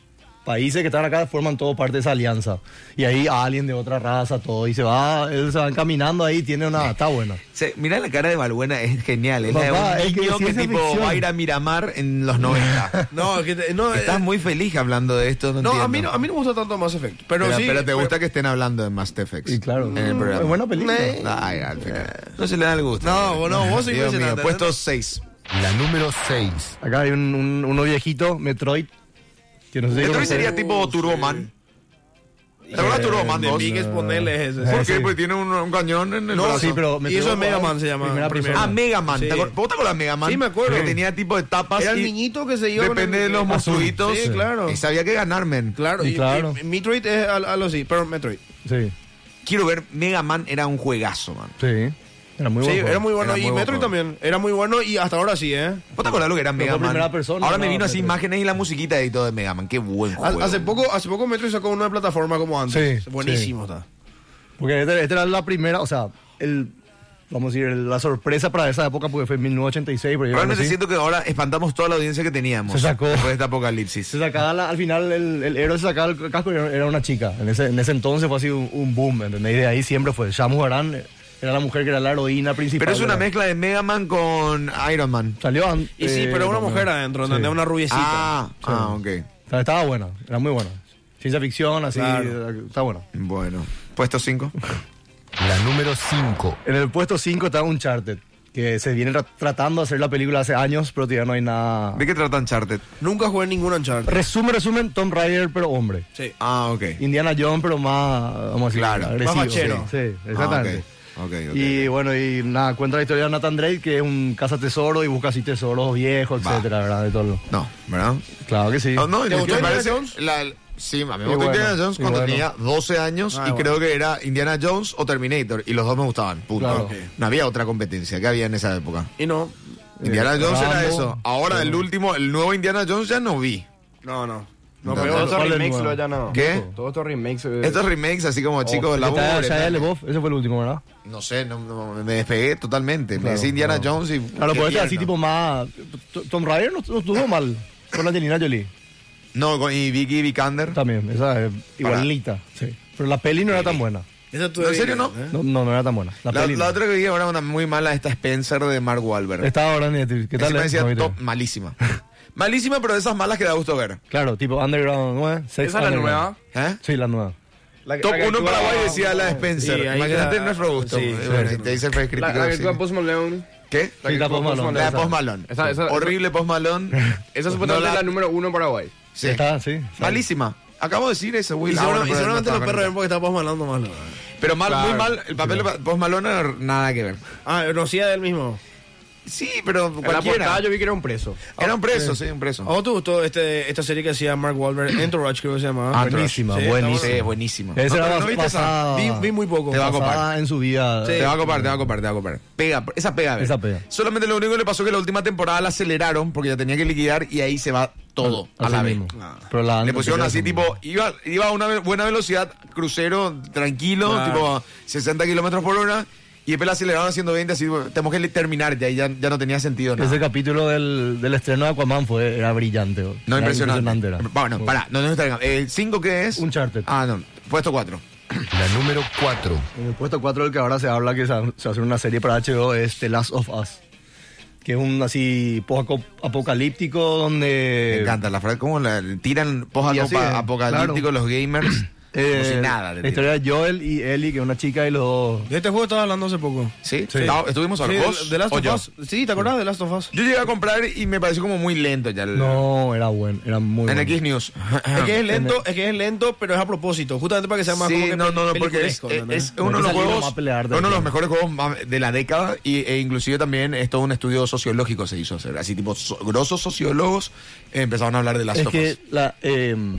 [SPEAKER 3] países que están acá forman todo parte de esa alianza. Y ahí alguien de otra raza, todo. Y se va. Él se va encaminando ahí, tiene una. Está buena.
[SPEAKER 2] Se- mirá la cara de Balbuena, es genial. Es la
[SPEAKER 3] Papá,
[SPEAKER 2] de
[SPEAKER 3] es
[SPEAKER 2] un
[SPEAKER 3] que
[SPEAKER 2] niño que,
[SPEAKER 3] ciencia
[SPEAKER 2] tipo
[SPEAKER 3] ficción.
[SPEAKER 2] va a ir a Miramar en los 90.
[SPEAKER 5] No, que te- no, eh,
[SPEAKER 2] Estás muy feliz hablando de esto. No,
[SPEAKER 5] no, a
[SPEAKER 2] entiendo.
[SPEAKER 5] mí no, a mí no me gusta tanto más efecto. Pero,
[SPEAKER 2] Pero,
[SPEAKER 5] sí.
[SPEAKER 2] pero te
[SPEAKER 5] pero-
[SPEAKER 2] gusta que estén hablando de Must Effects.
[SPEAKER 3] Y claro.
[SPEAKER 2] En el programa.
[SPEAKER 3] Es buena película.
[SPEAKER 2] Ay, al final. No se le da el gusto.
[SPEAKER 5] No, vos no, vos sí pues,
[SPEAKER 2] Dios
[SPEAKER 5] fuese
[SPEAKER 2] mío,
[SPEAKER 5] tanta,
[SPEAKER 2] puesto
[SPEAKER 5] ¿no?
[SPEAKER 2] 6.
[SPEAKER 4] La número 6.
[SPEAKER 3] Acá hay un, un- uno viejito, Metroid. Que no sé si
[SPEAKER 2] Metroid
[SPEAKER 3] conoces.
[SPEAKER 2] sería tipo Turboman. ¿Te acuerdas de Turboman
[SPEAKER 5] Eh, de
[SPEAKER 2] 2?
[SPEAKER 5] Big Exponele es ese.
[SPEAKER 2] ¿Por
[SPEAKER 3] Eh,
[SPEAKER 2] qué?
[SPEAKER 3] sí.
[SPEAKER 2] Porque tiene un, un cañón en el
[SPEAKER 5] No,
[SPEAKER 2] brazo.
[SPEAKER 3] sí, pero
[SPEAKER 5] y
[SPEAKER 3] Metroid
[SPEAKER 5] eso es Mega Man se llama.
[SPEAKER 3] Primera
[SPEAKER 5] primero.
[SPEAKER 3] persona.
[SPEAKER 2] Ah, Mega Man.
[SPEAKER 5] Sí.
[SPEAKER 2] ¿Te acuerdas- ¿Vos te acuerdas de Mega Man?
[SPEAKER 5] Sí, me acuerdo.
[SPEAKER 2] Que tenía tipo de tapas. y
[SPEAKER 5] Era el niñito que se iba con
[SPEAKER 2] Depende
[SPEAKER 5] el-
[SPEAKER 2] de los
[SPEAKER 5] Azul.
[SPEAKER 2] mosquitos.
[SPEAKER 5] Sí, claro.
[SPEAKER 2] Y sabía que ganar, men.
[SPEAKER 5] Claro,
[SPEAKER 3] Sí,
[SPEAKER 5] y,
[SPEAKER 3] claro.
[SPEAKER 5] y- Metroid es al- algo así, pero Metroid.
[SPEAKER 3] Sí,
[SPEAKER 2] Quiero ver, Mega Man era un juegazo, man.
[SPEAKER 3] sí. Era muy
[SPEAKER 5] sí,
[SPEAKER 3] bueno.
[SPEAKER 5] era muy bueno.
[SPEAKER 2] Era muy
[SPEAKER 5] y Metroid
[SPEAKER 2] bueno.
[SPEAKER 5] también. Era muy bueno y hasta ahora sí, ¿eh?
[SPEAKER 2] ¿Vos te acordás lo que era
[SPEAKER 3] Pero
[SPEAKER 2] Mega
[SPEAKER 3] fue
[SPEAKER 2] Man?
[SPEAKER 3] primera persona,
[SPEAKER 2] Ahora me
[SPEAKER 3] no,
[SPEAKER 2] vino así
[SPEAKER 3] Metroid.
[SPEAKER 2] imágenes y la musiquita y todo de Mega Man. Qué buen
[SPEAKER 5] Ha-
[SPEAKER 2] juego.
[SPEAKER 5] Hace poco, hace poco Metroid sacó una plataforma como antes.
[SPEAKER 3] Sí,
[SPEAKER 5] Buenísimo está.
[SPEAKER 3] Porque esta, esta era la primera, o sea, el, vamos a decir, el- la sorpresa para esa época porque fue en 1986. Pero yo
[SPEAKER 2] Realmente
[SPEAKER 3] conocí.
[SPEAKER 2] siento que ahora espantamos toda la audiencia que teníamos.
[SPEAKER 3] Se sacó.
[SPEAKER 2] Después de este apocalipsis.
[SPEAKER 3] Se sacaba la- al final el, el héroe se sacaba el casco y era era una chica. En ese, en ese entonces fue así un, un boom, ¿entendés? Y de ahí siempre fue. Shamu Aran era la mujer que era la heroína principal.
[SPEAKER 2] Pero es una
[SPEAKER 3] ¿verdad?
[SPEAKER 2] mezcla de Mega Man con Iron Man.
[SPEAKER 3] Salió an-
[SPEAKER 5] Y sí,
[SPEAKER 3] eh,
[SPEAKER 5] pero una
[SPEAKER 3] no,
[SPEAKER 5] mujer
[SPEAKER 3] no.
[SPEAKER 5] adentro,
[SPEAKER 3] Sí.
[SPEAKER 5] donde una rubiecita.
[SPEAKER 2] Ah, ah, ok.
[SPEAKER 3] Estaba, estaba buena, era muy buena. Ciencia ficción, así,
[SPEAKER 5] Claro.
[SPEAKER 3] está bueno.
[SPEAKER 2] Bueno, puesto 5.
[SPEAKER 4] La número 5.
[SPEAKER 3] En el puesto 5 está Uncharted, que se viene tra- tratando de hacer la película hace años, pero todavía no hay nada.
[SPEAKER 2] ¿De qué trata Uncharted?
[SPEAKER 5] Nunca jugué ningún Uncharted.
[SPEAKER 3] Resumen, resumen, Tom Raider, pero hombre.
[SPEAKER 5] Sí.
[SPEAKER 2] Ah, ok.
[SPEAKER 3] Indiana Jones, pero más, vamos a decir,
[SPEAKER 2] Claro.
[SPEAKER 3] agresivo.
[SPEAKER 5] Más machero.
[SPEAKER 3] Sí, sí, exactamente.
[SPEAKER 2] Ah, ok. Ok, ok,
[SPEAKER 3] Y bueno, y nada, cuenta la historia de Nathan Drake, que es un cazatesoro y busca así tesoros viejos,
[SPEAKER 2] Va.
[SPEAKER 3] etcétera, ¿verdad? De todo lo-
[SPEAKER 2] No, ¿verdad?
[SPEAKER 3] Claro que sí.
[SPEAKER 2] Ah, no, y
[SPEAKER 5] ¿Te
[SPEAKER 2] me
[SPEAKER 5] gustó Indiana
[SPEAKER 2] parece
[SPEAKER 5] Jones?
[SPEAKER 2] la- sí, a mí me
[SPEAKER 3] Y
[SPEAKER 2] gustó
[SPEAKER 3] bueno,
[SPEAKER 2] Indiana Jones
[SPEAKER 3] y
[SPEAKER 2] cuando
[SPEAKER 3] bueno.
[SPEAKER 2] tenía 12 años
[SPEAKER 5] Ah,
[SPEAKER 2] y
[SPEAKER 5] bueno.
[SPEAKER 2] creo que era Indiana Jones o Terminator y los dos me gustaban, punto.
[SPEAKER 3] Claro.
[SPEAKER 2] Ok. No había otra competencia que había en esa época.
[SPEAKER 5] Y no.
[SPEAKER 2] Indiana Jones era
[SPEAKER 3] Eh, Rambo.
[SPEAKER 2] eso. Ahora el último, el nuevo Indiana Jones ya no vi.
[SPEAKER 5] No, no. No,
[SPEAKER 2] No,
[SPEAKER 5] pero
[SPEAKER 3] no,
[SPEAKER 5] otro
[SPEAKER 3] ¿cuál es
[SPEAKER 5] remix
[SPEAKER 3] nuevo?
[SPEAKER 5] lo ya no.
[SPEAKER 2] ¿Qué?
[SPEAKER 5] Todos estos remakes. eh,
[SPEAKER 2] Estos remakes así
[SPEAKER 3] Oh,
[SPEAKER 2] como chicos, la
[SPEAKER 3] Que está
[SPEAKER 2] pobre,
[SPEAKER 3] Shia
[SPEAKER 2] tal.
[SPEAKER 3] LaBeouf, ese fue el último, ¿verdad?
[SPEAKER 2] No sé, no, no, me despegué totalmente. me decía Indiana Jones y
[SPEAKER 3] Claro,
[SPEAKER 2] qué
[SPEAKER 3] pues este
[SPEAKER 2] tierno.
[SPEAKER 3] así tipo más... T- Tom Raider no, no estuvo mal, con Angelina Jolie.
[SPEAKER 2] No, con- y Vicky Vikander.
[SPEAKER 3] También, esa es igualita. Sí. Pero la peli no era tan buena.
[SPEAKER 5] esa tuve
[SPEAKER 2] ¿No, en serio
[SPEAKER 5] idea,
[SPEAKER 2] no?
[SPEAKER 5] ¿eh?
[SPEAKER 3] No, no, no era tan buena. La,
[SPEAKER 2] La,
[SPEAKER 3] peli
[SPEAKER 2] la
[SPEAKER 3] no.
[SPEAKER 2] otra que vi ahora una muy mala esta Spencer de Mark Wahlberg.
[SPEAKER 3] Estaba ahora en Netflix. ¿Qué
[SPEAKER 2] Esa
[SPEAKER 3] tal?
[SPEAKER 2] me
[SPEAKER 3] eh?
[SPEAKER 2] decía
[SPEAKER 3] No, ¿viste?
[SPEAKER 2] top, malísima. malísima, pero de esas malas que da gusto ver.
[SPEAKER 3] Claro, tipo Underground, ¿no es? Sex
[SPEAKER 5] Esa es la
[SPEAKER 3] Underground.
[SPEAKER 5] nueva.
[SPEAKER 2] ¿Eh?
[SPEAKER 3] Sí, la nueva.
[SPEAKER 2] Top 1 en Paraguay decía la de Spencer.
[SPEAKER 5] Sí, ahí
[SPEAKER 2] Imagínate
[SPEAKER 5] está.
[SPEAKER 2] nuestro gusto.
[SPEAKER 5] Sí,
[SPEAKER 2] Eh,
[SPEAKER 5] sí,
[SPEAKER 2] bueno,
[SPEAKER 5] sí.
[SPEAKER 2] si te dice fue
[SPEAKER 9] La, la
[SPEAKER 2] crítico de
[SPEAKER 9] que actúa
[SPEAKER 2] cine.
[SPEAKER 9] Post Malone.
[SPEAKER 2] ¿Qué?
[SPEAKER 3] Sí, la Post Malone.
[SPEAKER 2] La de
[SPEAKER 3] esa.
[SPEAKER 2] Post Malone.
[SPEAKER 9] Esa- esa- esa-
[SPEAKER 2] Horrible Post Malone.
[SPEAKER 9] Esa
[SPEAKER 2] No
[SPEAKER 9] supuestamente
[SPEAKER 2] la-
[SPEAKER 9] es la número uno en Paraguay.
[SPEAKER 2] Sí.
[SPEAKER 3] Está, sí.
[SPEAKER 2] Malísima. Acabo de decir eso,
[SPEAKER 5] Y
[SPEAKER 2] Will. Ah, bueno,
[SPEAKER 5] seguramente, y
[SPEAKER 2] pero
[SPEAKER 5] seguramente
[SPEAKER 2] no
[SPEAKER 5] los
[SPEAKER 2] estaba
[SPEAKER 5] perros ven
[SPEAKER 2] con-
[SPEAKER 5] porque está posmalando malo.
[SPEAKER 2] Pero mal, muy mal. El papel de Post Malone no- nada que ver.
[SPEAKER 5] Ah, lo hacía del mismo.
[SPEAKER 2] Sí, pero
[SPEAKER 9] En la portada
[SPEAKER 2] cualquiera.
[SPEAKER 9] yo vi que era un preso.
[SPEAKER 2] Era un preso, sí, un
[SPEAKER 5] ¿A
[SPEAKER 2] preso.
[SPEAKER 5] vos te gustó este, esta serie que hacía Mark Wahlberg? Entourage creo que se llamaba.
[SPEAKER 2] Ah, Entourage.
[SPEAKER 3] Ah, Buenísima,
[SPEAKER 5] Sí,
[SPEAKER 3] buenísima.
[SPEAKER 2] Sí, buenísima.
[SPEAKER 3] Esa
[SPEAKER 2] No,
[SPEAKER 3] era
[SPEAKER 2] pero
[SPEAKER 3] más
[SPEAKER 2] ¿no viste esa?
[SPEAKER 3] pasada.
[SPEAKER 5] Vi, vi muy poco.
[SPEAKER 2] Te va a
[SPEAKER 3] pasada
[SPEAKER 2] copar.
[SPEAKER 3] en su vida.
[SPEAKER 2] Te va a copar, te va a copar, te va a copar. Pega, esa pega. a ver.
[SPEAKER 3] Esa pega.
[SPEAKER 2] Solamente lo único que le pasó es que la última temporada la aceleraron porque ya tenía que liquidar y ahí se va todo a
[SPEAKER 3] Ah, Así
[SPEAKER 2] la vez. Ah.
[SPEAKER 3] mismo. Pero la
[SPEAKER 2] Le pusieron
[SPEAKER 3] anterior
[SPEAKER 2] así,
[SPEAKER 3] también.
[SPEAKER 2] tipo, iba, iba a una ve- buena velocidad, crucero, tranquilo, tipo a 60 kilómetros por hora, y después la aceleraron a 120, así, tipo, tenemos que li- terminar ya, y ya, ya no tenía sentido nada.
[SPEAKER 3] Ese capítulo del, del estreno de Aquaman fue, era brillante. bro.
[SPEAKER 2] No,
[SPEAKER 3] Era
[SPEAKER 2] impresionante.
[SPEAKER 3] era.
[SPEAKER 2] Bueno, pará, no, no está bien. ¿El 5 qué es?
[SPEAKER 3] Uncharted.
[SPEAKER 2] Ah, no, puesto 4.
[SPEAKER 4] La número 4.
[SPEAKER 3] En el puesto 4 del que ahora se habla que se va se va a hacer una serie para HBO es The Last of Us. Que es un así poco apocalíptico donde...
[SPEAKER 2] Me encanta la frase, como la tiran post
[SPEAKER 3] Eh, Y así es,
[SPEAKER 2] apocalíptico
[SPEAKER 3] claro.
[SPEAKER 2] los gamers, como si
[SPEAKER 3] eh,
[SPEAKER 2] nada. le
[SPEAKER 3] La historia de Joel y Ellie, que es una chica y los dos...
[SPEAKER 5] De este juego estaba hablando hace poco.
[SPEAKER 2] tiran. ¿Sí? Estaba- estuvimos
[SPEAKER 5] Sí,
[SPEAKER 2] hablando. ¿Vos
[SPEAKER 5] de Last
[SPEAKER 2] o
[SPEAKER 5] of
[SPEAKER 2] yo?
[SPEAKER 5] Us. Sí, ¿te acordás de Last of Us?
[SPEAKER 2] Yo llegué a comprar y me pareció como muy lento ya. el-
[SPEAKER 3] No, era bueno, era muy
[SPEAKER 2] En
[SPEAKER 3] bueno.
[SPEAKER 2] X News.
[SPEAKER 5] Es que es lento, es que es lento, pero es a propósito, justamente para que sea más
[SPEAKER 2] Sí,
[SPEAKER 5] como que
[SPEAKER 2] no,
[SPEAKER 5] peli-
[SPEAKER 2] no, no, porque es,
[SPEAKER 5] peliculesco,
[SPEAKER 2] es-
[SPEAKER 5] ¿entendés?
[SPEAKER 2] es uno de los
[SPEAKER 3] Entonces, ahí
[SPEAKER 2] juegos,
[SPEAKER 3] vamos a pelear de
[SPEAKER 2] uno de los
[SPEAKER 3] lleno.
[SPEAKER 2] mejores juegos más de la década y, e inclusive también es todo un estudio sociológico se hizo hacer. Así tipo, so- grosos sociólogos eh, empezaron a hablar de las
[SPEAKER 3] Es
[SPEAKER 2] tofas.
[SPEAKER 3] que la... eh,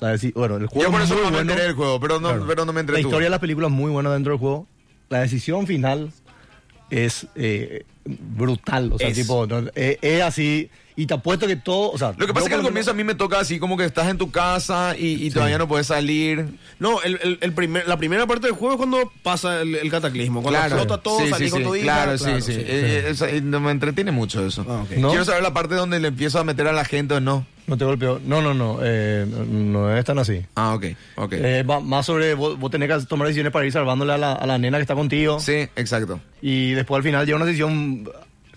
[SPEAKER 3] la de- sí, bueno, el
[SPEAKER 2] pues. Yo
[SPEAKER 3] juego
[SPEAKER 2] por
[SPEAKER 3] es
[SPEAKER 2] eso
[SPEAKER 3] muy
[SPEAKER 2] no me
[SPEAKER 3] bueno.
[SPEAKER 2] enteré del juego, pero no,
[SPEAKER 3] Claro.
[SPEAKER 2] pero no me
[SPEAKER 3] La
[SPEAKER 2] enteré
[SPEAKER 3] historia de la película es muy buena dentro del juego. La decisión final es eh, brutal. O sea,
[SPEAKER 2] Es.
[SPEAKER 3] tipo, no, eh, es así. Y te apuesto que todo. O sea,
[SPEAKER 2] Lo que pasa
[SPEAKER 3] yo
[SPEAKER 2] es que al
[SPEAKER 3] por
[SPEAKER 2] comienzo a mí me toca así como que estás en tu casa y, y todavía no puedes salir.
[SPEAKER 5] No, el, el- el primer, la primera parte del juego es cuando pasa el, el cataclismo, cuando explota todo,
[SPEAKER 2] Sí,
[SPEAKER 5] salís
[SPEAKER 2] sí,
[SPEAKER 5] con
[SPEAKER 2] sí,
[SPEAKER 5] tu hija,
[SPEAKER 2] Claro, sí, sí. Eh, eh, eso, eh, no me entretiene mucho eso.
[SPEAKER 5] Ah, ok.
[SPEAKER 3] ¿No?
[SPEAKER 2] Quiero saber la parte donde le empiezo a meter a la gente o no.
[SPEAKER 3] No te golpeó. No, no, no. eh, no, no es tan así.
[SPEAKER 2] Ah, ok, ok.
[SPEAKER 3] Eh, va- más sobre vos, vos tenés que tomar decisiones para ir salvándole a la, a la nena que está contigo.
[SPEAKER 2] sí, exacto.
[SPEAKER 3] Y después al final llega una decisión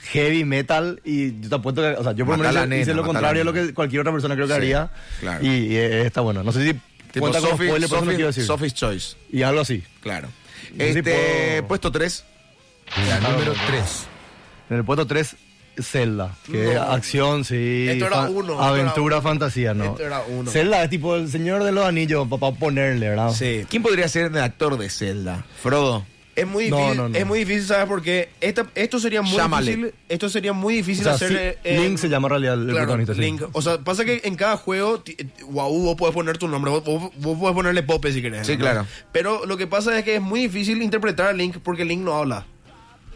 [SPEAKER 3] heavy metal. Y yo te apuesto que. O sea, yo por lo
[SPEAKER 2] Mata
[SPEAKER 3] menos
[SPEAKER 2] a la
[SPEAKER 3] hice
[SPEAKER 2] nena,
[SPEAKER 3] lo
[SPEAKER 2] mata a la
[SPEAKER 3] contrario a lo
[SPEAKER 2] nena.
[SPEAKER 3] que cualquier otra persona creo que
[SPEAKER 2] Sí,
[SPEAKER 3] haría.
[SPEAKER 2] claro.
[SPEAKER 3] Y, eh, está bueno. No sé si.
[SPEAKER 2] Tipo
[SPEAKER 3] cuenta con
[SPEAKER 2] Sophie-
[SPEAKER 3] spoiler, por eso no
[SPEAKER 2] Sophie-
[SPEAKER 3] quiero decir.
[SPEAKER 2] Sophie's Choice.
[SPEAKER 3] Y algo así.
[SPEAKER 2] Claro.
[SPEAKER 3] No sé si
[SPEAKER 2] Este,
[SPEAKER 3] puedo-
[SPEAKER 2] puesto 3.
[SPEAKER 4] La número 3.
[SPEAKER 3] En el puesto 3, Zelda. Que es acción, sí.
[SPEAKER 5] Esto era
[SPEAKER 3] fan-
[SPEAKER 5] uno, esto
[SPEAKER 3] Aventura,
[SPEAKER 5] era uno.
[SPEAKER 3] fantasía, ¿no?
[SPEAKER 5] Esto era uno.
[SPEAKER 3] Zelda es tipo el señor de los anillos, para ponerle, ¿verdad?
[SPEAKER 5] Sí.
[SPEAKER 2] ¿Quién podría ser el actor de Zelda? Frodo.
[SPEAKER 5] Es muy
[SPEAKER 3] No,
[SPEAKER 5] difícil,
[SPEAKER 3] no, no.
[SPEAKER 5] es muy difícil, ¿sabes por qué? Esta- esto sería muy
[SPEAKER 2] Llámale.
[SPEAKER 5] difícil, esto sería muy
[SPEAKER 3] O
[SPEAKER 5] difícil
[SPEAKER 3] sea,
[SPEAKER 5] hacer
[SPEAKER 3] sí,
[SPEAKER 5] eh, en-
[SPEAKER 3] Link se llama en realidad el
[SPEAKER 5] Claro,
[SPEAKER 3] protagonista. sí.
[SPEAKER 5] Link. O sea, pasa que en cada juego, ti- eh, guau, vos podés poner tu nombre, vos, vos- vos podés ponerle Pope si querés.
[SPEAKER 2] Sí, claro.
[SPEAKER 5] Pero lo que pasa es que es muy difícil interpretar a Link porque Link no habla.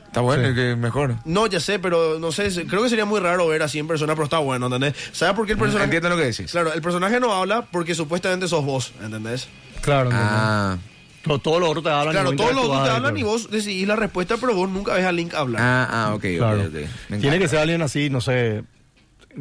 [SPEAKER 2] Está bueno, que mejor.
[SPEAKER 5] No, ya sé, pero no sé, se- creo que sería muy raro ver así en persona, pero está bueno, ¿entendés? ¿Sabes por qué el personaje?
[SPEAKER 2] Entiendo lo que decís.
[SPEAKER 5] Claro, el personaje no habla porque supuestamente sos vos, ¿entendés?
[SPEAKER 3] Claro, entiendo.
[SPEAKER 2] Ah,
[SPEAKER 3] Pero todos los otros te hablan.
[SPEAKER 5] claro,
[SPEAKER 3] y vos
[SPEAKER 5] todos los otros te
[SPEAKER 3] interactuás,
[SPEAKER 5] hablan y
[SPEAKER 3] claro.
[SPEAKER 5] vos decidís la respuesta, pero vos nunca ves a Link hablar.
[SPEAKER 2] ah, ah, ok, ok,
[SPEAKER 3] Claro.
[SPEAKER 2] ok. Me
[SPEAKER 3] Tiene que
[SPEAKER 2] encanta.
[SPEAKER 3] ser alguien así, no sé.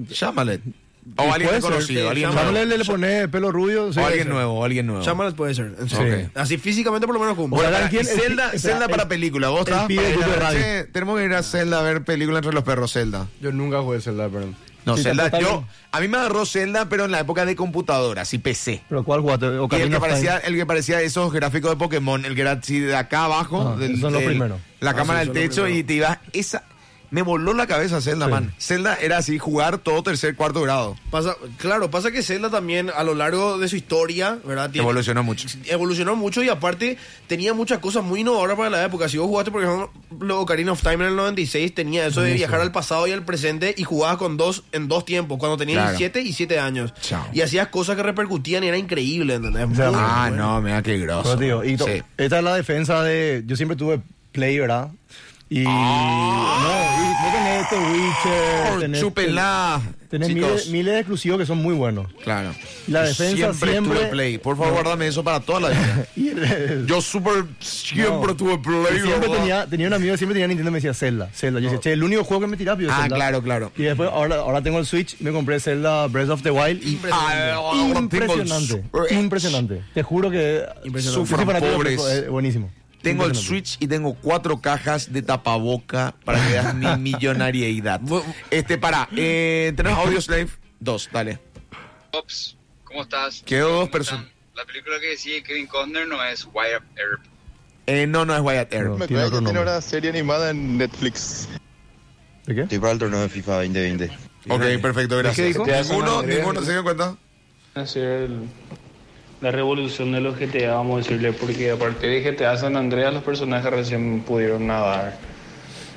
[SPEAKER 2] Llámale.
[SPEAKER 3] Y
[SPEAKER 2] O alguien
[SPEAKER 3] puede
[SPEAKER 2] desconocido,
[SPEAKER 3] ser,
[SPEAKER 2] alguien
[SPEAKER 3] sí,
[SPEAKER 2] nuevo.
[SPEAKER 3] Llámale, le, le pone pelo rubio. sí.
[SPEAKER 2] O alguien nuevo, o alguien nuevo.
[SPEAKER 5] Llámalas puede ser, en serio.
[SPEAKER 3] Sí.
[SPEAKER 5] Así físicamente por lo menos cumple.
[SPEAKER 3] O sea,
[SPEAKER 2] Para-
[SPEAKER 3] ¿quién- el-
[SPEAKER 2] Zelda,
[SPEAKER 3] espera,
[SPEAKER 2] Zelda
[SPEAKER 3] el-
[SPEAKER 2] para película, vos
[SPEAKER 3] el
[SPEAKER 2] estás.
[SPEAKER 3] pibe de
[SPEAKER 2] Para ir a
[SPEAKER 3] Google
[SPEAKER 2] ver-
[SPEAKER 3] Radio.
[SPEAKER 2] Che, Tenemos que ir a Zelda a ver película entre los perros, Zelda.
[SPEAKER 9] Yo nunca jugué Zelda, perdón.
[SPEAKER 2] No,
[SPEAKER 3] Sí,
[SPEAKER 2] Zelda,
[SPEAKER 3] tampoco
[SPEAKER 2] yo.
[SPEAKER 3] también.
[SPEAKER 2] A mí me agarró Zelda, pero en la época de computadoras y PC.
[SPEAKER 3] ¿Pero cuál jugaste? ¿O
[SPEAKER 2] Y el
[SPEAKER 3] Ocarina
[SPEAKER 2] que,
[SPEAKER 3] of Time?
[SPEAKER 2] parecía, el que parecía esos gráficos de Pokémon, el que era así de acá abajo.
[SPEAKER 3] Ah,
[SPEAKER 2] del-
[SPEAKER 3] eso es lo
[SPEAKER 2] del-
[SPEAKER 3] primero.
[SPEAKER 2] La
[SPEAKER 5] Ah,
[SPEAKER 2] cámara
[SPEAKER 5] sí,
[SPEAKER 2] del
[SPEAKER 5] eso es lo
[SPEAKER 2] techo y
[SPEAKER 5] primero.
[SPEAKER 2] te ibas. Esa. Me voló la cabeza Zelda,
[SPEAKER 3] Sí.
[SPEAKER 2] man. Zelda era así, jugar todo tercer, cuarto grado.
[SPEAKER 5] Pasa, claro, pasa que Zelda también a lo largo de su historia, ¿verdad? Tiene-
[SPEAKER 2] Evolucionó mucho.
[SPEAKER 5] Evolucionó mucho y aparte tenía muchas cosas muy innovadoras para la época. Si vos jugaste, por ejemplo, Ocarina of Time en el 96, tenía eso de viajar al pasado y al presente y jugabas con dos, en dos tiempos, cuando tenías
[SPEAKER 2] Claro.
[SPEAKER 5] 17 y 7 años.
[SPEAKER 2] Chao.
[SPEAKER 5] Y hacías cosas que repercutían y era increíble, ¿entendés? Muy
[SPEAKER 3] sea,
[SPEAKER 2] Ah,
[SPEAKER 5] bueno.
[SPEAKER 2] no, mira qué grosso.
[SPEAKER 3] Pero, tío, y to-
[SPEAKER 2] Sí.
[SPEAKER 3] Esta es la defensa de. Yo siempre tuve Play, ¿verdad? Y. No, y vos tenés este Witcher.
[SPEAKER 2] Ah. Por
[SPEAKER 3] tenés-
[SPEAKER 2] chúpenla,
[SPEAKER 3] Tenés
[SPEAKER 2] chicos.
[SPEAKER 3] miles, miles de exclusivos que son muy buenos.
[SPEAKER 2] Claro.
[SPEAKER 3] La
[SPEAKER 2] Yo
[SPEAKER 3] defensa
[SPEAKER 2] siempre tuve
[SPEAKER 3] siempre-
[SPEAKER 2] play. Por favor, guárdame eso para toda la vida.
[SPEAKER 3] Y el-
[SPEAKER 2] Yo super siempre
[SPEAKER 3] No.
[SPEAKER 2] tuve play.
[SPEAKER 3] Y siempre
[SPEAKER 2] ¿verdad?
[SPEAKER 3] tenía, tenía un amigo que siempre tenía Nintendo y me decía Zelda, Zelda. Yo decía, che, el único juego que me tiraba es
[SPEAKER 2] Oh. Ah,
[SPEAKER 3] Zelda.
[SPEAKER 2] claro, claro.
[SPEAKER 3] Y después, ahora, ahora tengo el Switch, me compré Zelda Breath of the Wild y...
[SPEAKER 2] Ah, ahora tengo el
[SPEAKER 3] Impresionante,
[SPEAKER 2] Switch.
[SPEAKER 3] impresionante. Te juro que...
[SPEAKER 2] Impresionante.
[SPEAKER 3] Yo soy fanático
[SPEAKER 2] Sufran
[SPEAKER 3] del
[SPEAKER 2] pobres.
[SPEAKER 3] juego, eh, buenísimo.
[SPEAKER 2] Tengo el
[SPEAKER 3] Impresionante.
[SPEAKER 2] Switch y tengo cuatro cajas de tapaboca para que veas mi millonariedad. Este, para, eh, tenemos Audio Slave 2, dale.
[SPEAKER 9] Ops, ¿cómo estás?
[SPEAKER 2] Quedó dos
[SPEAKER 9] ¿Cómo
[SPEAKER 2] personas.
[SPEAKER 9] están? La película que decía Kevin Conner no es Wyatt Earp.
[SPEAKER 2] Eh, no, no es Wyatt Earp.
[SPEAKER 3] No, tiene otro nombre.
[SPEAKER 8] serie animada en Netflix.
[SPEAKER 3] ¿De qué?
[SPEAKER 8] Estoy para el torneo de FIFA 2020.
[SPEAKER 2] Ok, perfecto, gracias.
[SPEAKER 3] qué dijo?
[SPEAKER 2] ¿Ninguno, ninguno se dio cuenta?
[SPEAKER 10] hacer la revolución de los GTA, vamos a decirle, porque a partir de GTA San Andreas los personajes recién pudieron nadar,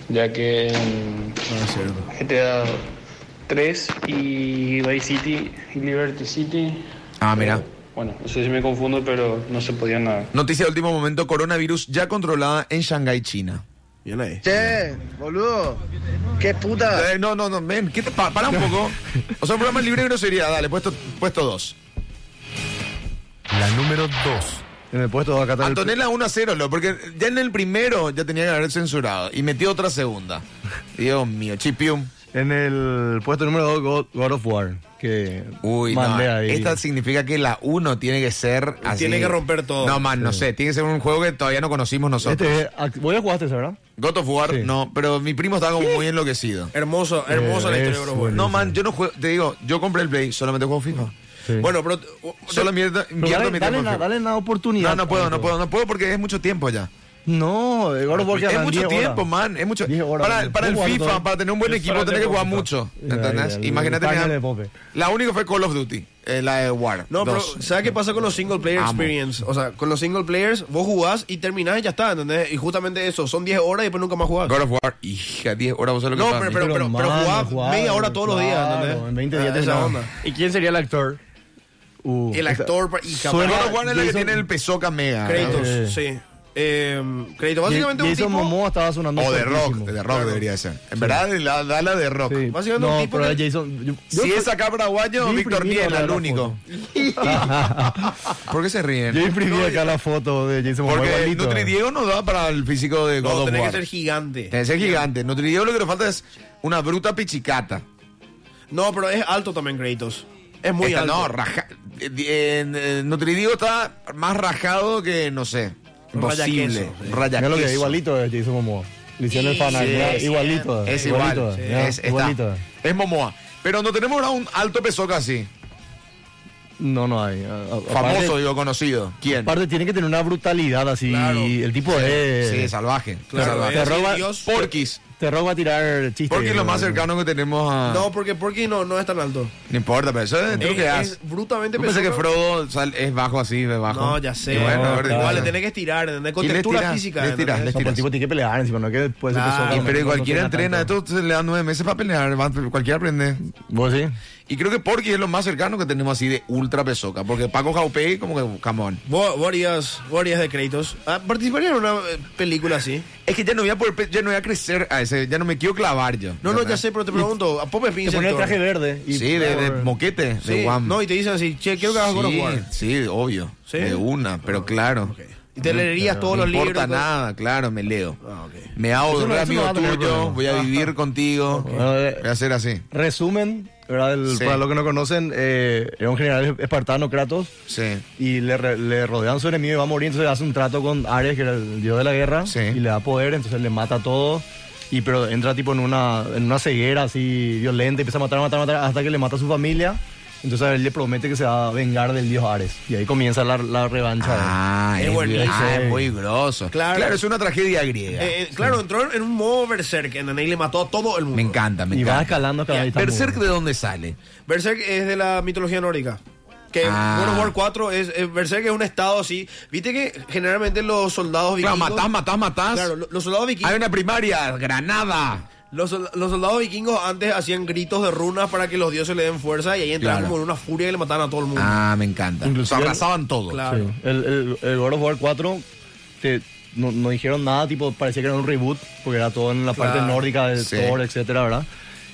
[SPEAKER 10] ya que en
[SPEAKER 2] Ah,
[SPEAKER 10] GTA 3 y Vice City y Liberty City, eh,
[SPEAKER 2] Ah, mira.
[SPEAKER 10] bueno, no sé si me confundo, pero no se podían nadar.
[SPEAKER 2] Noticia de último momento, coronavirus ya controlada en Shanghái, China.
[SPEAKER 5] Bien ahí.
[SPEAKER 6] Che, boludo. Qué puta.
[SPEAKER 2] Eh, no, no, no, men, ¿qué te pa- para un poco? O sea, un programa libre de grosería, dale, puesto, puesto dos.
[SPEAKER 4] La número 2.
[SPEAKER 3] En el puesto acá está el-
[SPEAKER 2] Antonella 1 a 0, lo, porque ya en el primero ya tenía que haber censurado y metió otra segunda. Dios mío, chipium.
[SPEAKER 3] En el puesto número 2, God, God of War, que
[SPEAKER 2] Uy, no.
[SPEAKER 3] mandé ahí.
[SPEAKER 2] Esta significa que la 1 tiene que ser así.
[SPEAKER 5] Tiene que romper todo.
[SPEAKER 2] No, man, no sé. Tiene que ser un juego que todavía no conocimos nosotros.
[SPEAKER 3] Este es- ac- Vos ya jugaste esa, ¿verdad?
[SPEAKER 2] God of War,
[SPEAKER 3] Sí.
[SPEAKER 2] no. Pero mi primo está como muy enloquecido.
[SPEAKER 5] Eh, Hermoso, hermosa la
[SPEAKER 3] Eh,
[SPEAKER 5] historia,
[SPEAKER 3] es
[SPEAKER 5] bro.
[SPEAKER 3] bueno.
[SPEAKER 2] No, man, yo no juego. Te digo, yo compré el Play, solamente juego FIFA.
[SPEAKER 3] Sí.
[SPEAKER 5] Bueno, pero
[SPEAKER 2] Solo mierda,
[SPEAKER 3] Pero
[SPEAKER 2] mierda mi
[SPEAKER 3] dale,
[SPEAKER 2] tiempo
[SPEAKER 3] dale,
[SPEAKER 2] en
[SPEAKER 3] la,
[SPEAKER 2] FIFA.
[SPEAKER 3] dale la oportunidad.
[SPEAKER 2] No, no puedo, no puedo, no puedo porque es mucho tiempo ya.
[SPEAKER 3] No, el God of War que
[SPEAKER 2] es
[SPEAKER 3] eran
[SPEAKER 2] mucho
[SPEAKER 3] 10 horas.
[SPEAKER 2] tiempo, man. Es mucho.
[SPEAKER 3] 10 horas,
[SPEAKER 2] para
[SPEAKER 3] man.
[SPEAKER 2] para el
[SPEAKER 3] Jugar
[SPEAKER 2] FIFA,
[SPEAKER 3] todo.
[SPEAKER 2] para tener un buen
[SPEAKER 10] Diez
[SPEAKER 2] equipo,
[SPEAKER 10] horas
[SPEAKER 2] tenés
[SPEAKER 10] de
[SPEAKER 2] que jugar
[SPEAKER 10] FIFA.
[SPEAKER 2] mucho.
[SPEAKER 3] Ahí,
[SPEAKER 2] ¿Entendés?
[SPEAKER 3] ahí,
[SPEAKER 2] Imagínate.
[SPEAKER 3] el
[SPEAKER 2] mira,
[SPEAKER 3] caño de Pope.
[SPEAKER 2] La única fue Call of Duty, eh, la de War.
[SPEAKER 5] No, pero
[SPEAKER 2] dos.
[SPEAKER 5] ¿sabes qué pasa con los single player
[SPEAKER 2] Amo.
[SPEAKER 5] experience? O sea, con los single players, vos jugás y terminás y ya está, ¿entendés? Y justamente eso, son 10 horas y después nunca más jugás.
[SPEAKER 2] God of War, hija, 10 horas, vos sabés lo
[SPEAKER 5] No,
[SPEAKER 2] que pasa.
[SPEAKER 5] pero, pero, pero, pero
[SPEAKER 3] mano,
[SPEAKER 5] jugás
[SPEAKER 3] jugar,
[SPEAKER 5] media hora todos los días,
[SPEAKER 3] claro,
[SPEAKER 5] ¿entendés?
[SPEAKER 3] En 20
[SPEAKER 5] Ah,
[SPEAKER 3] días
[SPEAKER 5] esa
[SPEAKER 3] terminaba.
[SPEAKER 5] onda.
[SPEAKER 3] ¿Y quién sería el actor? Uh,
[SPEAKER 5] El
[SPEAKER 3] esta-
[SPEAKER 5] actor pa- y capaz-
[SPEAKER 3] Suena-
[SPEAKER 2] God of War es la que
[SPEAKER 3] Jason-
[SPEAKER 2] tiene el pesoca mega. Ah, ¿no?
[SPEAKER 5] Créditos,
[SPEAKER 3] Eh.
[SPEAKER 5] sí. Eh, créditos,
[SPEAKER 3] Jason
[SPEAKER 5] básicamente un tipo...
[SPEAKER 3] Momoa estaba sonando
[SPEAKER 2] O de rock,
[SPEAKER 3] fuertísimo.
[SPEAKER 2] de rock debería ser. En verdad, la, da la de rock.
[SPEAKER 3] Sí.
[SPEAKER 5] Básicamente
[SPEAKER 3] no,
[SPEAKER 5] un tipo
[SPEAKER 3] pero
[SPEAKER 5] que-
[SPEAKER 3] Jason... yo- yo
[SPEAKER 2] Si
[SPEAKER 3] fui-
[SPEAKER 2] es acá paraguayo,
[SPEAKER 3] yo
[SPEAKER 2] Víctor
[SPEAKER 3] imprimí
[SPEAKER 2] Miel,
[SPEAKER 3] ahora
[SPEAKER 2] el
[SPEAKER 3] la
[SPEAKER 2] único. ¿Por qué se
[SPEAKER 3] Yo
[SPEAKER 2] ríen?
[SPEAKER 3] imprimí acá la foto de Jason Momoa
[SPEAKER 2] Porque el
[SPEAKER 3] igualito.
[SPEAKER 2] Nutri Diego no da para el físico de God
[SPEAKER 5] No,
[SPEAKER 2] of
[SPEAKER 5] tenés que
[SPEAKER 2] War.
[SPEAKER 5] ser gigante.
[SPEAKER 2] Tiene que ser gigante. Nutridio lo que nos falta es una bruta pichicata.
[SPEAKER 5] No, pero es alto también, créditos. Es muy
[SPEAKER 2] Esta
[SPEAKER 5] alto.
[SPEAKER 2] no, raja. eh, eh, eh, Nutridio está más rajado que, no sé,
[SPEAKER 5] Raya
[SPEAKER 2] imposible.
[SPEAKER 5] queso, sí.
[SPEAKER 2] Raya
[SPEAKER 3] Mira lo que es,
[SPEAKER 2] queso.
[SPEAKER 3] igualito es Jason Momoa. Le hicieron el fanart,
[SPEAKER 2] sí,
[SPEAKER 3] mira,
[SPEAKER 2] sí,
[SPEAKER 3] igualito.
[SPEAKER 2] Es
[SPEAKER 3] igualito,
[SPEAKER 2] igual.
[SPEAKER 3] mira,
[SPEAKER 2] es, está.
[SPEAKER 3] igualito.
[SPEAKER 2] Es Momoa. Pero no tenemos ahora un alto pesoca así.
[SPEAKER 3] No, no hay. A- a-
[SPEAKER 2] Famoso,
[SPEAKER 3] Aparte,
[SPEAKER 2] digo, conocido. ¿Quién?
[SPEAKER 3] aparte tiene que tener una brutalidad así.
[SPEAKER 5] Claro.
[SPEAKER 3] Y el tipo es... Este
[SPEAKER 2] Sí, salvaje.
[SPEAKER 5] Claro,
[SPEAKER 2] salvaje.
[SPEAKER 5] es
[SPEAKER 3] Te
[SPEAKER 5] decir,
[SPEAKER 3] roba-
[SPEAKER 5] Dios.
[SPEAKER 2] Porquis.
[SPEAKER 3] Te roba tirar chistes.
[SPEAKER 2] Porquis es lo más cercano que tenemos a.
[SPEAKER 5] No, porque Porky no, no es tan alto.
[SPEAKER 2] No importa, pero eso es lo
[SPEAKER 5] Es,
[SPEAKER 2] que
[SPEAKER 5] es
[SPEAKER 2] hace.
[SPEAKER 5] brutamente
[SPEAKER 2] Yo pensé que
[SPEAKER 5] pesado.
[SPEAKER 2] Frodo sal- es bajo así, de bajo.
[SPEAKER 5] No, ya sé.
[SPEAKER 2] Y bueno, a ver,
[SPEAKER 3] claro.
[SPEAKER 5] Igual le
[SPEAKER 2] entonces-
[SPEAKER 5] tenés que estirar, ¿entendés? Con
[SPEAKER 2] Y le
[SPEAKER 5] textura
[SPEAKER 2] tira,
[SPEAKER 5] física.
[SPEAKER 2] le
[SPEAKER 5] ¿entendés?
[SPEAKER 2] tira, le
[SPEAKER 3] No, pero el tipo tiene que pelear encima, no que puede ser que
[SPEAKER 5] Claro.
[SPEAKER 3] soca,
[SPEAKER 2] Y
[SPEAKER 3] no-
[SPEAKER 2] pero
[SPEAKER 3] no
[SPEAKER 2] cualquiera
[SPEAKER 3] pega
[SPEAKER 2] entrena,
[SPEAKER 3] tanto.
[SPEAKER 2] esto se le dan nueve meses para pelear, va, cualquiera aprende.
[SPEAKER 3] ¿Vos sí?
[SPEAKER 2] Y creo que Porky es lo más cercano que tenemos así de ultra pesoca, porque Paco Jaupey como que, come on.
[SPEAKER 5] Vos, vos harías, vos harías de créditos. Ah, participaría en una eh, película así.
[SPEAKER 2] Es que ya no voy a poder, pe- ya no voy a crecer a ese, ya no me quiero clavar yo.
[SPEAKER 5] No, no, ya sé, pero te pregunto. A Pope
[SPEAKER 3] Te
[SPEAKER 5] Vincent.
[SPEAKER 3] ponía el traje
[SPEAKER 5] Thor.
[SPEAKER 3] verde. Y
[SPEAKER 2] Sí, de, de moquete,
[SPEAKER 5] Sí,
[SPEAKER 2] de guam.
[SPEAKER 5] No, y te dicen así, che, quiero que hagas God of
[SPEAKER 2] sí,
[SPEAKER 5] War.
[SPEAKER 2] sí, obvio,
[SPEAKER 5] ¿Sí?
[SPEAKER 2] de una, pero claro.
[SPEAKER 5] Y te leerías todos
[SPEAKER 2] no
[SPEAKER 5] los libros.
[SPEAKER 2] importa
[SPEAKER 5] y todo.
[SPEAKER 2] nada, claro, me leo.
[SPEAKER 5] Ah, ok.
[SPEAKER 2] Me hago
[SPEAKER 3] Eso no-
[SPEAKER 2] un
[SPEAKER 3] eso no va
[SPEAKER 2] amigo
[SPEAKER 3] a tener
[SPEAKER 2] tuyo,
[SPEAKER 3] problema.
[SPEAKER 2] voy a vivir contigo.
[SPEAKER 3] Eh,
[SPEAKER 2] Voy a hacer así.
[SPEAKER 3] Resumen, ¿verdad? El-
[SPEAKER 2] Sí.
[SPEAKER 3] para los que no conocen, eh, era un general espartano, Kratos,
[SPEAKER 2] Sí.
[SPEAKER 3] y le, re- le rodean su enemigo y va a morir, entonces hace un trato con Ares, que era el dios de la guerra,
[SPEAKER 2] Sí.
[SPEAKER 3] y le da poder, entonces le mata a todos. Y pero entra tipo en una, en una ceguera así violenta, empieza a matar, matar, matar, hasta que le mata a su familia. Entonces él le promete que se va a vengar del dios Ares. Y ahí comienza la, la revancha. de él.
[SPEAKER 2] Ah,
[SPEAKER 5] Es
[SPEAKER 2] es,
[SPEAKER 5] buenísimo.
[SPEAKER 2] ah, es muy grosso.
[SPEAKER 5] Claro.
[SPEAKER 2] Claro. es una tragedia griega.
[SPEAKER 5] Eh, eh, claro, entró en un modo berserk, ¿entendés? Y le mató a todo el mundo.
[SPEAKER 2] me encanta, me
[SPEAKER 3] y va
[SPEAKER 2] encanta.
[SPEAKER 3] escalando cada vez.
[SPEAKER 2] Berserk, ¿de dónde sale?
[SPEAKER 5] Berserk es de la mitología nórdica. Que
[SPEAKER 2] Ah.
[SPEAKER 5] World War 4 es, eh, Berserk es un estado así. Viste que generalmente los soldados
[SPEAKER 2] Claro,
[SPEAKER 5] vikingos.
[SPEAKER 2] matás, matás, matás.
[SPEAKER 5] Claro, lo- los soldados vikingos.
[SPEAKER 2] Hay una primaria, Granada.
[SPEAKER 5] Los, sol- los soldados vikingos antes hacían gritos de runas para que los dioses le den fuerza y ahí entraban
[SPEAKER 2] Claro.
[SPEAKER 5] como en una furia y le mataban a todo el mundo.
[SPEAKER 2] Ah, me encanta.
[SPEAKER 3] Inclusive-
[SPEAKER 2] Se abrazaban todo.
[SPEAKER 5] Claro.
[SPEAKER 3] Sí. El, el, el God of War 4 te- no, no dijeron nada, tipo, parecía que era un reboot, porque era todo en la parte
[SPEAKER 5] Claro.
[SPEAKER 3] nórdica de
[SPEAKER 2] Sí.
[SPEAKER 3] Thor, etcétera, ¿verdad?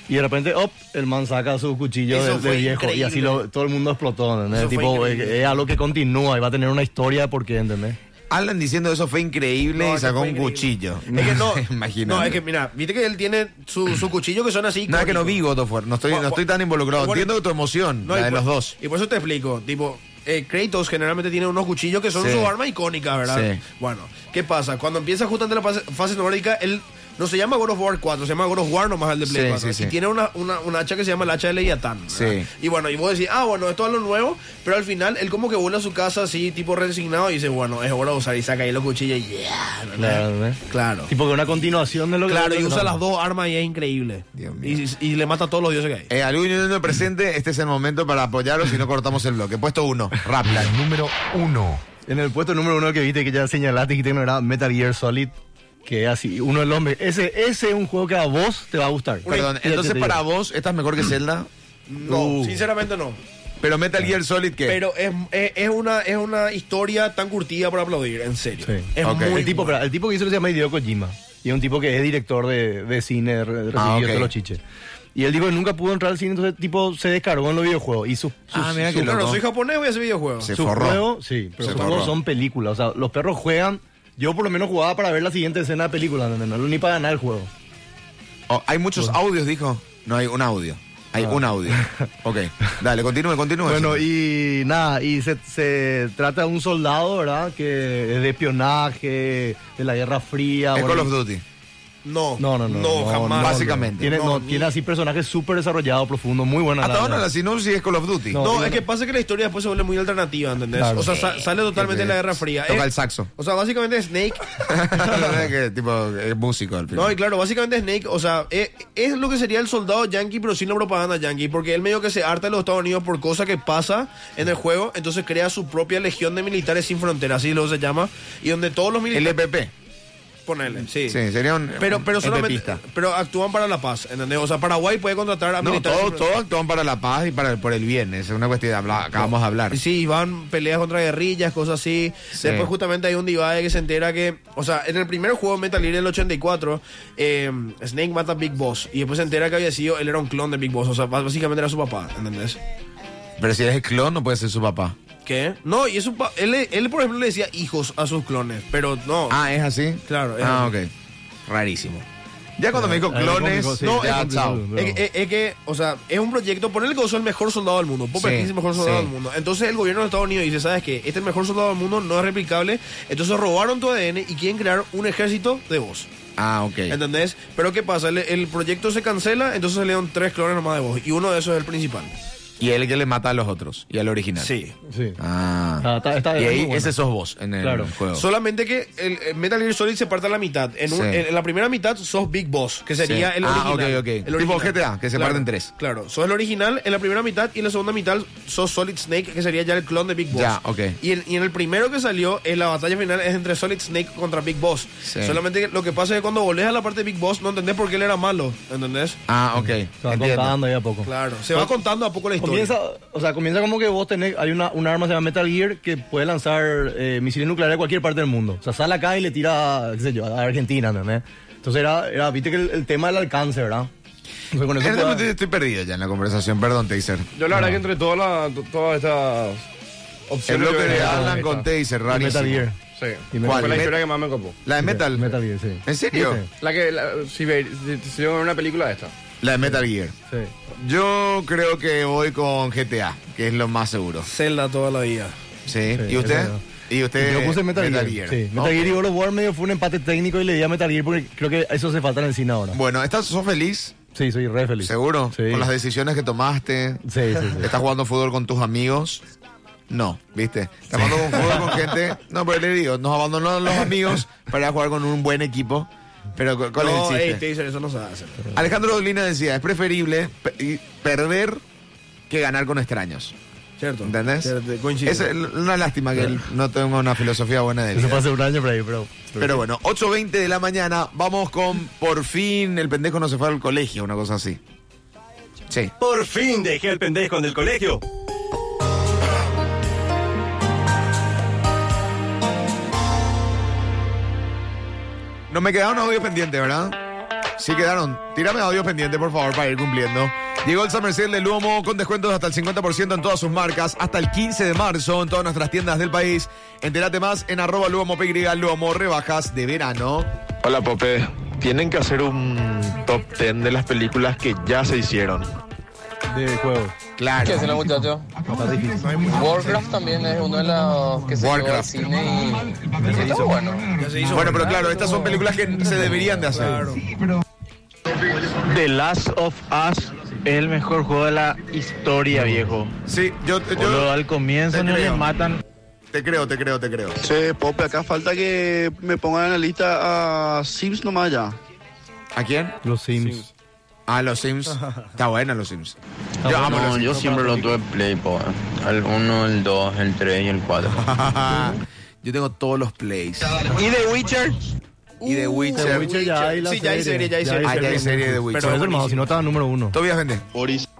[SPEAKER 3] Y de repente, op, el man saca su cuchillo
[SPEAKER 5] Eso
[SPEAKER 3] de, de
[SPEAKER 5] fue
[SPEAKER 3] viejo y
[SPEAKER 5] increíble.
[SPEAKER 3] así lo- todo el mundo explotó, ¿entendés?
[SPEAKER 5] Eso fue
[SPEAKER 3] Tipo, es,
[SPEAKER 5] increíble.
[SPEAKER 3] es algo que continúa y va a tener una historia porque, ¿entendés?
[SPEAKER 2] Alan diciendo eso fue increíble
[SPEAKER 5] No,
[SPEAKER 2] y
[SPEAKER 5] que
[SPEAKER 2] sacó
[SPEAKER 5] fue
[SPEAKER 2] un
[SPEAKER 5] increíble.
[SPEAKER 2] cuchillo.
[SPEAKER 5] Es que no.
[SPEAKER 2] Imagínate.
[SPEAKER 5] No, es que mira, viste que él tiene su, su cuchillo que son así.
[SPEAKER 2] Nada que no vi
[SPEAKER 5] icónicos.
[SPEAKER 2] God of War. No estoy,
[SPEAKER 5] Bueno,
[SPEAKER 2] no estoy tan involucrado.
[SPEAKER 5] bueno,
[SPEAKER 2] Entiendo tu emoción,
[SPEAKER 5] No, y
[SPEAKER 2] la de
[SPEAKER 5] por-
[SPEAKER 2] los dos.
[SPEAKER 5] Y por eso te explico, tipo, eh, Kratos generalmente tiene unos cuchillos que son
[SPEAKER 2] Sí.
[SPEAKER 5] su arma icónica, ¿verdad?
[SPEAKER 2] Sí.
[SPEAKER 5] Bueno, ¿qué pasa? Cuando empieza justamente la fase, fase nórdica, él no se llama God of War 4, se llama God of War nomás el de Play
[SPEAKER 2] Sí,
[SPEAKER 5] 4.
[SPEAKER 2] sí, sí.
[SPEAKER 5] Y tiene una, una, un hacha que se llama el hacha de Leviatán. ¿verdad?
[SPEAKER 2] Sí.
[SPEAKER 5] Y bueno, y vos decís, ah, bueno, esto es lo nuevo, pero al final él como que vuelve a su casa así, tipo resignado, y dice, bueno, es hora de usar y saca ahí los cuchillos y yeah, ¿verdad?
[SPEAKER 3] Claro, ¿entendés?
[SPEAKER 5] Claro.
[SPEAKER 3] Tipo que una continuación de lo que...
[SPEAKER 5] Claro,
[SPEAKER 3] lo
[SPEAKER 5] y
[SPEAKER 3] que
[SPEAKER 5] usa
[SPEAKER 3] no.
[SPEAKER 5] las dos armas y es increíble.
[SPEAKER 2] Dios
[SPEAKER 5] Y,
[SPEAKER 2] mío.
[SPEAKER 5] y le mata a todos los dioses que hay.
[SPEAKER 2] Eh, algún unión presente, este es el momento para apoyaros si no cortamos el bloque. Puesto uno,
[SPEAKER 4] La
[SPEAKER 2] Raplan.
[SPEAKER 4] número uno.
[SPEAKER 3] En el puesto número uno que viste que ya señalaste que no era Metal Gear Solid, que es así, uno de los... me- Ese, ese es un juego que a vos te va a gustar.
[SPEAKER 2] Perdón,
[SPEAKER 3] Ya te
[SPEAKER 2] entonces
[SPEAKER 3] digo.
[SPEAKER 2] para vos, ¿esta es mejor que Zelda?
[SPEAKER 5] No,
[SPEAKER 2] Uh.
[SPEAKER 5] sinceramente no.
[SPEAKER 2] Pero Metal Gear Solid, ¿qué?
[SPEAKER 5] Pero es, es, es una, es una historia tan curtida para aplaudir, en serio.
[SPEAKER 3] Sí.
[SPEAKER 5] Es
[SPEAKER 2] Ok.
[SPEAKER 5] muy
[SPEAKER 3] el, tipo,
[SPEAKER 5] buena.
[SPEAKER 3] espera, el tipo que hizo lo se llama Hideo Kojima. Y es un tipo que es director de, de cine, re- recibió
[SPEAKER 2] Ah, ok.
[SPEAKER 3] todos los chiches. Y él dijo que nunca pudo entrar al cine, entonces tipo se descargó en los videojuegos. Y sus,
[SPEAKER 2] Ah,
[SPEAKER 3] sus-
[SPEAKER 2] mira
[SPEAKER 3] sus-
[SPEAKER 2] qué
[SPEAKER 5] Claro,
[SPEAKER 2] loco.
[SPEAKER 5] soy japonés, voy a hacer videojuegos.
[SPEAKER 2] Se
[SPEAKER 3] sus
[SPEAKER 2] forró.
[SPEAKER 3] juegos, sí, pero
[SPEAKER 2] Se
[SPEAKER 3] sus juegos
[SPEAKER 2] forró.
[SPEAKER 3] son películas. O sea, los perros juegan. Yo por lo menos jugaba para ver la siguiente escena de película, no, no, no, ni para ganar el juego.
[SPEAKER 2] Oh, ¿Hay muchos audios, dijo? No, hay un audio. Hay un audio. Ok, dale, continúe, continúe.
[SPEAKER 3] Bueno, y nada, y se, se trata de un soldado, ¿verdad? Que es de espionaje, de la Guerra Fría.
[SPEAKER 2] Es
[SPEAKER 3] bueno,
[SPEAKER 2] Call of Duty.
[SPEAKER 5] No,
[SPEAKER 3] No, no, no. no.
[SPEAKER 5] jamás.
[SPEAKER 2] Básicamente.
[SPEAKER 3] Tiene,
[SPEAKER 5] No,
[SPEAKER 3] no,
[SPEAKER 5] ni-
[SPEAKER 3] tiene así personajes súper desarrollados, profundos, muy buenas.
[SPEAKER 2] Hasta ahora la sinopsis es Call of Duty.
[SPEAKER 3] No.
[SPEAKER 5] No, es que pasa que la historia después se vuelve muy alternativa, ¿entendés?
[SPEAKER 3] Claro.
[SPEAKER 5] O sea, sa- sale totalmente de la Guerra Fría.
[SPEAKER 2] Este, Toca
[SPEAKER 5] Es-
[SPEAKER 2] el saxo.
[SPEAKER 5] O sea, básicamente Snake.
[SPEAKER 2] que, tipo, es músico al final.
[SPEAKER 5] No, y claro, básicamente Snake, o sea, es, es lo que sería el soldado yankee, pero sin la propaganda yankee, porque él medio que se harta de los Estados Unidos por cosas que pasa en el juego, entonces crea su propia legión de militares sin fronteras, así lo se llama, y donde todos los
[SPEAKER 2] El
[SPEAKER 5] militares...
[SPEAKER 2] EPP.
[SPEAKER 5] Ponele, sí.
[SPEAKER 2] Sí, sería un. E
[SPEAKER 5] Pero, pero
[SPEAKER 2] un
[SPEAKER 5] solamente.
[SPEAKER 2] EPPista.
[SPEAKER 5] Pero actúan para la paz, ¿entendés? O sea, Paraguay puede contratar a
[SPEAKER 2] No,
[SPEAKER 5] militares
[SPEAKER 2] todos
[SPEAKER 5] sin
[SPEAKER 2] todos actúan para la paz y para el- por el bien. Es una cuestión que habla- acabamos de hablar.
[SPEAKER 5] Y Sí, van peleas contra guerrillas, cosas así.
[SPEAKER 2] Sí.
[SPEAKER 5] Después justamente hay un divague que se entera que, o sea, en el primer juego Metal Gear del 84, eh, Snake mata a Big Boss y después se entera que había sido, él era un clon de Big Boss, o sea, básicamente era su papá, ¿entendés?
[SPEAKER 2] Pero si es el clon, no puede ser su papá.
[SPEAKER 5] ¿Qué? No, y eso, pa- él, él por ejemplo le decía hijos a sus clones, pero no.
[SPEAKER 2] Ah, ¿es así?
[SPEAKER 5] Claro, es
[SPEAKER 2] ah, ok. Rarísimo. Ya cuando me dijo
[SPEAKER 3] Ah,
[SPEAKER 2] clones,
[SPEAKER 3] cómico, sí,
[SPEAKER 2] no,
[SPEAKER 3] ya,
[SPEAKER 2] ya, chao.
[SPEAKER 3] sí,
[SPEAKER 5] Es, que- es- es que, o sea, es un proyecto, ponerle que vos sos el mejor soldado del mundo, Popper
[SPEAKER 2] Sí,
[SPEAKER 5] King es el mejor soldado
[SPEAKER 2] sí.
[SPEAKER 5] del mundo. Entonces el gobierno de Estados Unidos dice, ¿sabes qué? Este es el mejor soldado del mundo, no es replicable, entonces robaron tu ADN y quieren crear un ejército de vos.
[SPEAKER 2] Ah, ok.
[SPEAKER 5] ¿Entendés? Pero ¿qué pasa? El, el proyecto se cancela, entonces se le dan tres clones nomás de vos. Y uno de esos es el principal.
[SPEAKER 2] Y él que le mata a los otros y al original.
[SPEAKER 5] Sí.
[SPEAKER 3] Sí.
[SPEAKER 2] Ah.
[SPEAKER 3] Ah, está- está-
[SPEAKER 2] y
[SPEAKER 3] es
[SPEAKER 2] ahí
[SPEAKER 3] muy bueno.
[SPEAKER 2] ese sos vos en el
[SPEAKER 3] Claro.
[SPEAKER 2] juego.
[SPEAKER 5] Solamente que el, el Metal Gear Solid se parte a la mitad. En, un-
[SPEAKER 2] Sí.
[SPEAKER 5] en- en la primera mitad sos Big Boss, que sería
[SPEAKER 2] Sí.
[SPEAKER 5] el
[SPEAKER 2] Ah,
[SPEAKER 5] original.
[SPEAKER 2] ok, ok.
[SPEAKER 5] El
[SPEAKER 2] Tipo GTA, que se parte en tres.
[SPEAKER 5] Claro, sos el original en la primera mitad y en la segunda mitad sos Solid Snake, que sería ya el clon de Big Boss.
[SPEAKER 2] Ya, ok.
[SPEAKER 5] Y, en- y en el primero que salió, en la batalla final es entre Solid Snake contra Big Boss.
[SPEAKER 2] Sí.
[SPEAKER 5] Solamente que lo que pasa es que cuando volvés a la parte de Big Boss no entendés por qué él era malo, ¿entendés?
[SPEAKER 2] Ah, ok.
[SPEAKER 3] Se va
[SPEAKER 2] Entiendo.
[SPEAKER 3] contando ahí a poco.
[SPEAKER 5] Claro, se va contando a poco la historia.
[SPEAKER 3] Comienza, o sea, comienza como que vos tenés, hay una, un arma que se llama Metal Gear que puede lanzar eh, misiles nucleares a cualquier parte del mundo. O sea, sale acá y le tira, qué sé yo, a Argentina, ¿entendés? Entonces era, era viste que el, el tema del alcance, ¿verdad? O sea, con eso
[SPEAKER 2] Estoy-
[SPEAKER 3] pueda-
[SPEAKER 2] Estoy perdido ya en la conversación, perdón, Taser.
[SPEAKER 8] Yo la verdad que entre todas las- todas estas
[SPEAKER 2] El
[SPEAKER 8] opciones...
[SPEAKER 2] bloque
[SPEAKER 8] que
[SPEAKER 2] de
[SPEAKER 8] venía,
[SPEAKER 2] Alan con Taser,
[SPEAKER 3] y Metal
[SPEAKER 2] rarísimo.
[SPEAKER 3] Gear.
[SPEAKER 8] Sí.
[SPEAKER 3] Y me-
[SPEAKER 2] ¿Cuál?
[SPEAKER 8] Fue la
[SPEAKER 2] Met-
[SPEAKER 8] historia que más me copó.
[SPEAKER 2] La de Metal.
[SPEAKER 3] Metal Gear, sí.
[SPEAKER 2] ¿En serio?
[SPEAKER 3] Sí.
[SPEAKER 8] La que... la- si, ve, si, si veo una película esta.
[SPEAKER 2] La de Metal Gear.
[SPEAKER 3] sí.
[SPEAKER 2] Yo creo que voy con GTA, que es lo más seguro.
[SPEAKER 5] Zelda toda la vida.
[SPEAKER 2] Sí.
[SPEAKER 3] Sí,
[SPEAKER 2] ¿Y usted?
[SPEAKER 3] eso
[SPEAKER 2] ¿Y usted?
[SPEAKER 3] Yo puse Metal,
[SPEAKER 2] Metal
[SPEAKER 3] Gear.
[SPEAKER 2] Gear.
[SPEAKER 3] Sí, Metal Gear y God of War medio fue un empate técnico y le di a Metal Gear porque creo que eso se falta en el cine ahora.
[SPEAKER 2] Bueno, ¿estás sos feliz?
[SPEAKER 3] Sí, soy re feliz.
[SPEAKER 2] ¿Seguro?
[SPEAKER 3] Sí.
[SPEAKER 2] Con las decisiones que tomaste.
[SPEAKER 3] Sí, sí, sí.
[SPEAKER 2] ¿Estás jugando fútbol con tus amigos? No, ¿viste? Estás jugando con fútbol con gente. No, pero le digo, nos abandonaron los amigos para ir a jugar con un buen equipo. Pero ¿cu- ¿cuál
[SPEAKER 5] No, este-
[SPEAKER 2] es el
[SPEAKER 5] ey,
[SPEAKER 2] chiste?
[SPEAKER 5] te dicen, eso no se hace.
[SPEAKER 2] Alejandro Dolina decía, es preferible pe- y perder que ganar con extraños.
[SPEAKER 5] ¿Cierto?
[SPEAKER 2] ¿Entendés?
[SPEAKER 5] Cierto, coincido.
[SPEAKER 2] Es el- una lástima que él no tenga una filosofía buena de
[SPEAKER 3] Eso fue
[SPEAKER 2] vida.
[SPEAKER 3] hace un año por ahí, pero.
[SPEAKER 2] Pero bueno, 8.20 de la mañana, vamos con por fin el pendejo no se fue al colegio, una cosa así. Sí.
[SPEAKER 11] Por fin dejé al pendejo en el colegio.
[SPEAKER 2] Nos me quedaron audios pendientes, ¿verdad? Sí quedaron. Tírame audios pendientes, por favor, para ir cumpliendo. Llegó el San Merced de Luomo con descuentos hasta el 50% en todas sus marcas, hasta el 15 de marzo en todas nuestras tiendas del país. Entérate más en arroba Luomo PY, Luomo Rebajas de Verano.
[SPEAKER 12] Hola Pope, tienen que hacer un top 10 de las películas que ya se hicieron.
[SPEAKER 3] De juego.
[SPEAKER 2] Claro.
[SPEAKER 13] ¿Qué hacen los muchachos? Warcraft también es uno de los que se llevó al
[SPEAKER 2] Warcraft.
[SPEAKER 13] cine y está bueno.
[SPEAKER 2] Bueno, pero claro, estas son películas que se deberían de hacer.
[SPEAKER 12] The Last of Us es el mejor juego de la historia, viejo.
[SPEAKER 2] Sí, yo,
[SPEAKER 12] al comienzo
[SPEAKER 2] te
[SPEAKER 12] no le
[SPEAKER 2] creo.
[SPEAKER 12] matan.
[SPEAKER 2] Te creo, te creo, te creo.
[SPEAKER 14] Che, Pope, acá falta que me pongan en la lista a Sims nomás ya.
[SPEAKER 2] ¿A quién?
[SPEAKER 3] Los Sims.
[SPEAKER 2] Ah, los Sims. Está buena los Sims. Yo amo los
[SPEAKER 15] No,
[SPEAKER 2] Sims.
[SPEAKER 15] yo siempre lo tuve en Play, po. El 1, el 2, el 3 y el 4.
[SPEAKER 2] Yo tengo todos los plays.
[SPEAKER 15] ¿Y de Witcher?
[SPEAKER 2] Y de Witcher.
[SPEAKER 3] The Witcher ya hay la
[SPEAKER 5] Sí, ya hay serie, ya hay
[SPEAKER 2] Ah, ya hay serie de
[SPEAKER 3] Pero
[SPEAKER 2] Witcher.
[SPEAKER 3] es hermano, si no estaba número uno.
[SPEAKER 2] Tobias vende.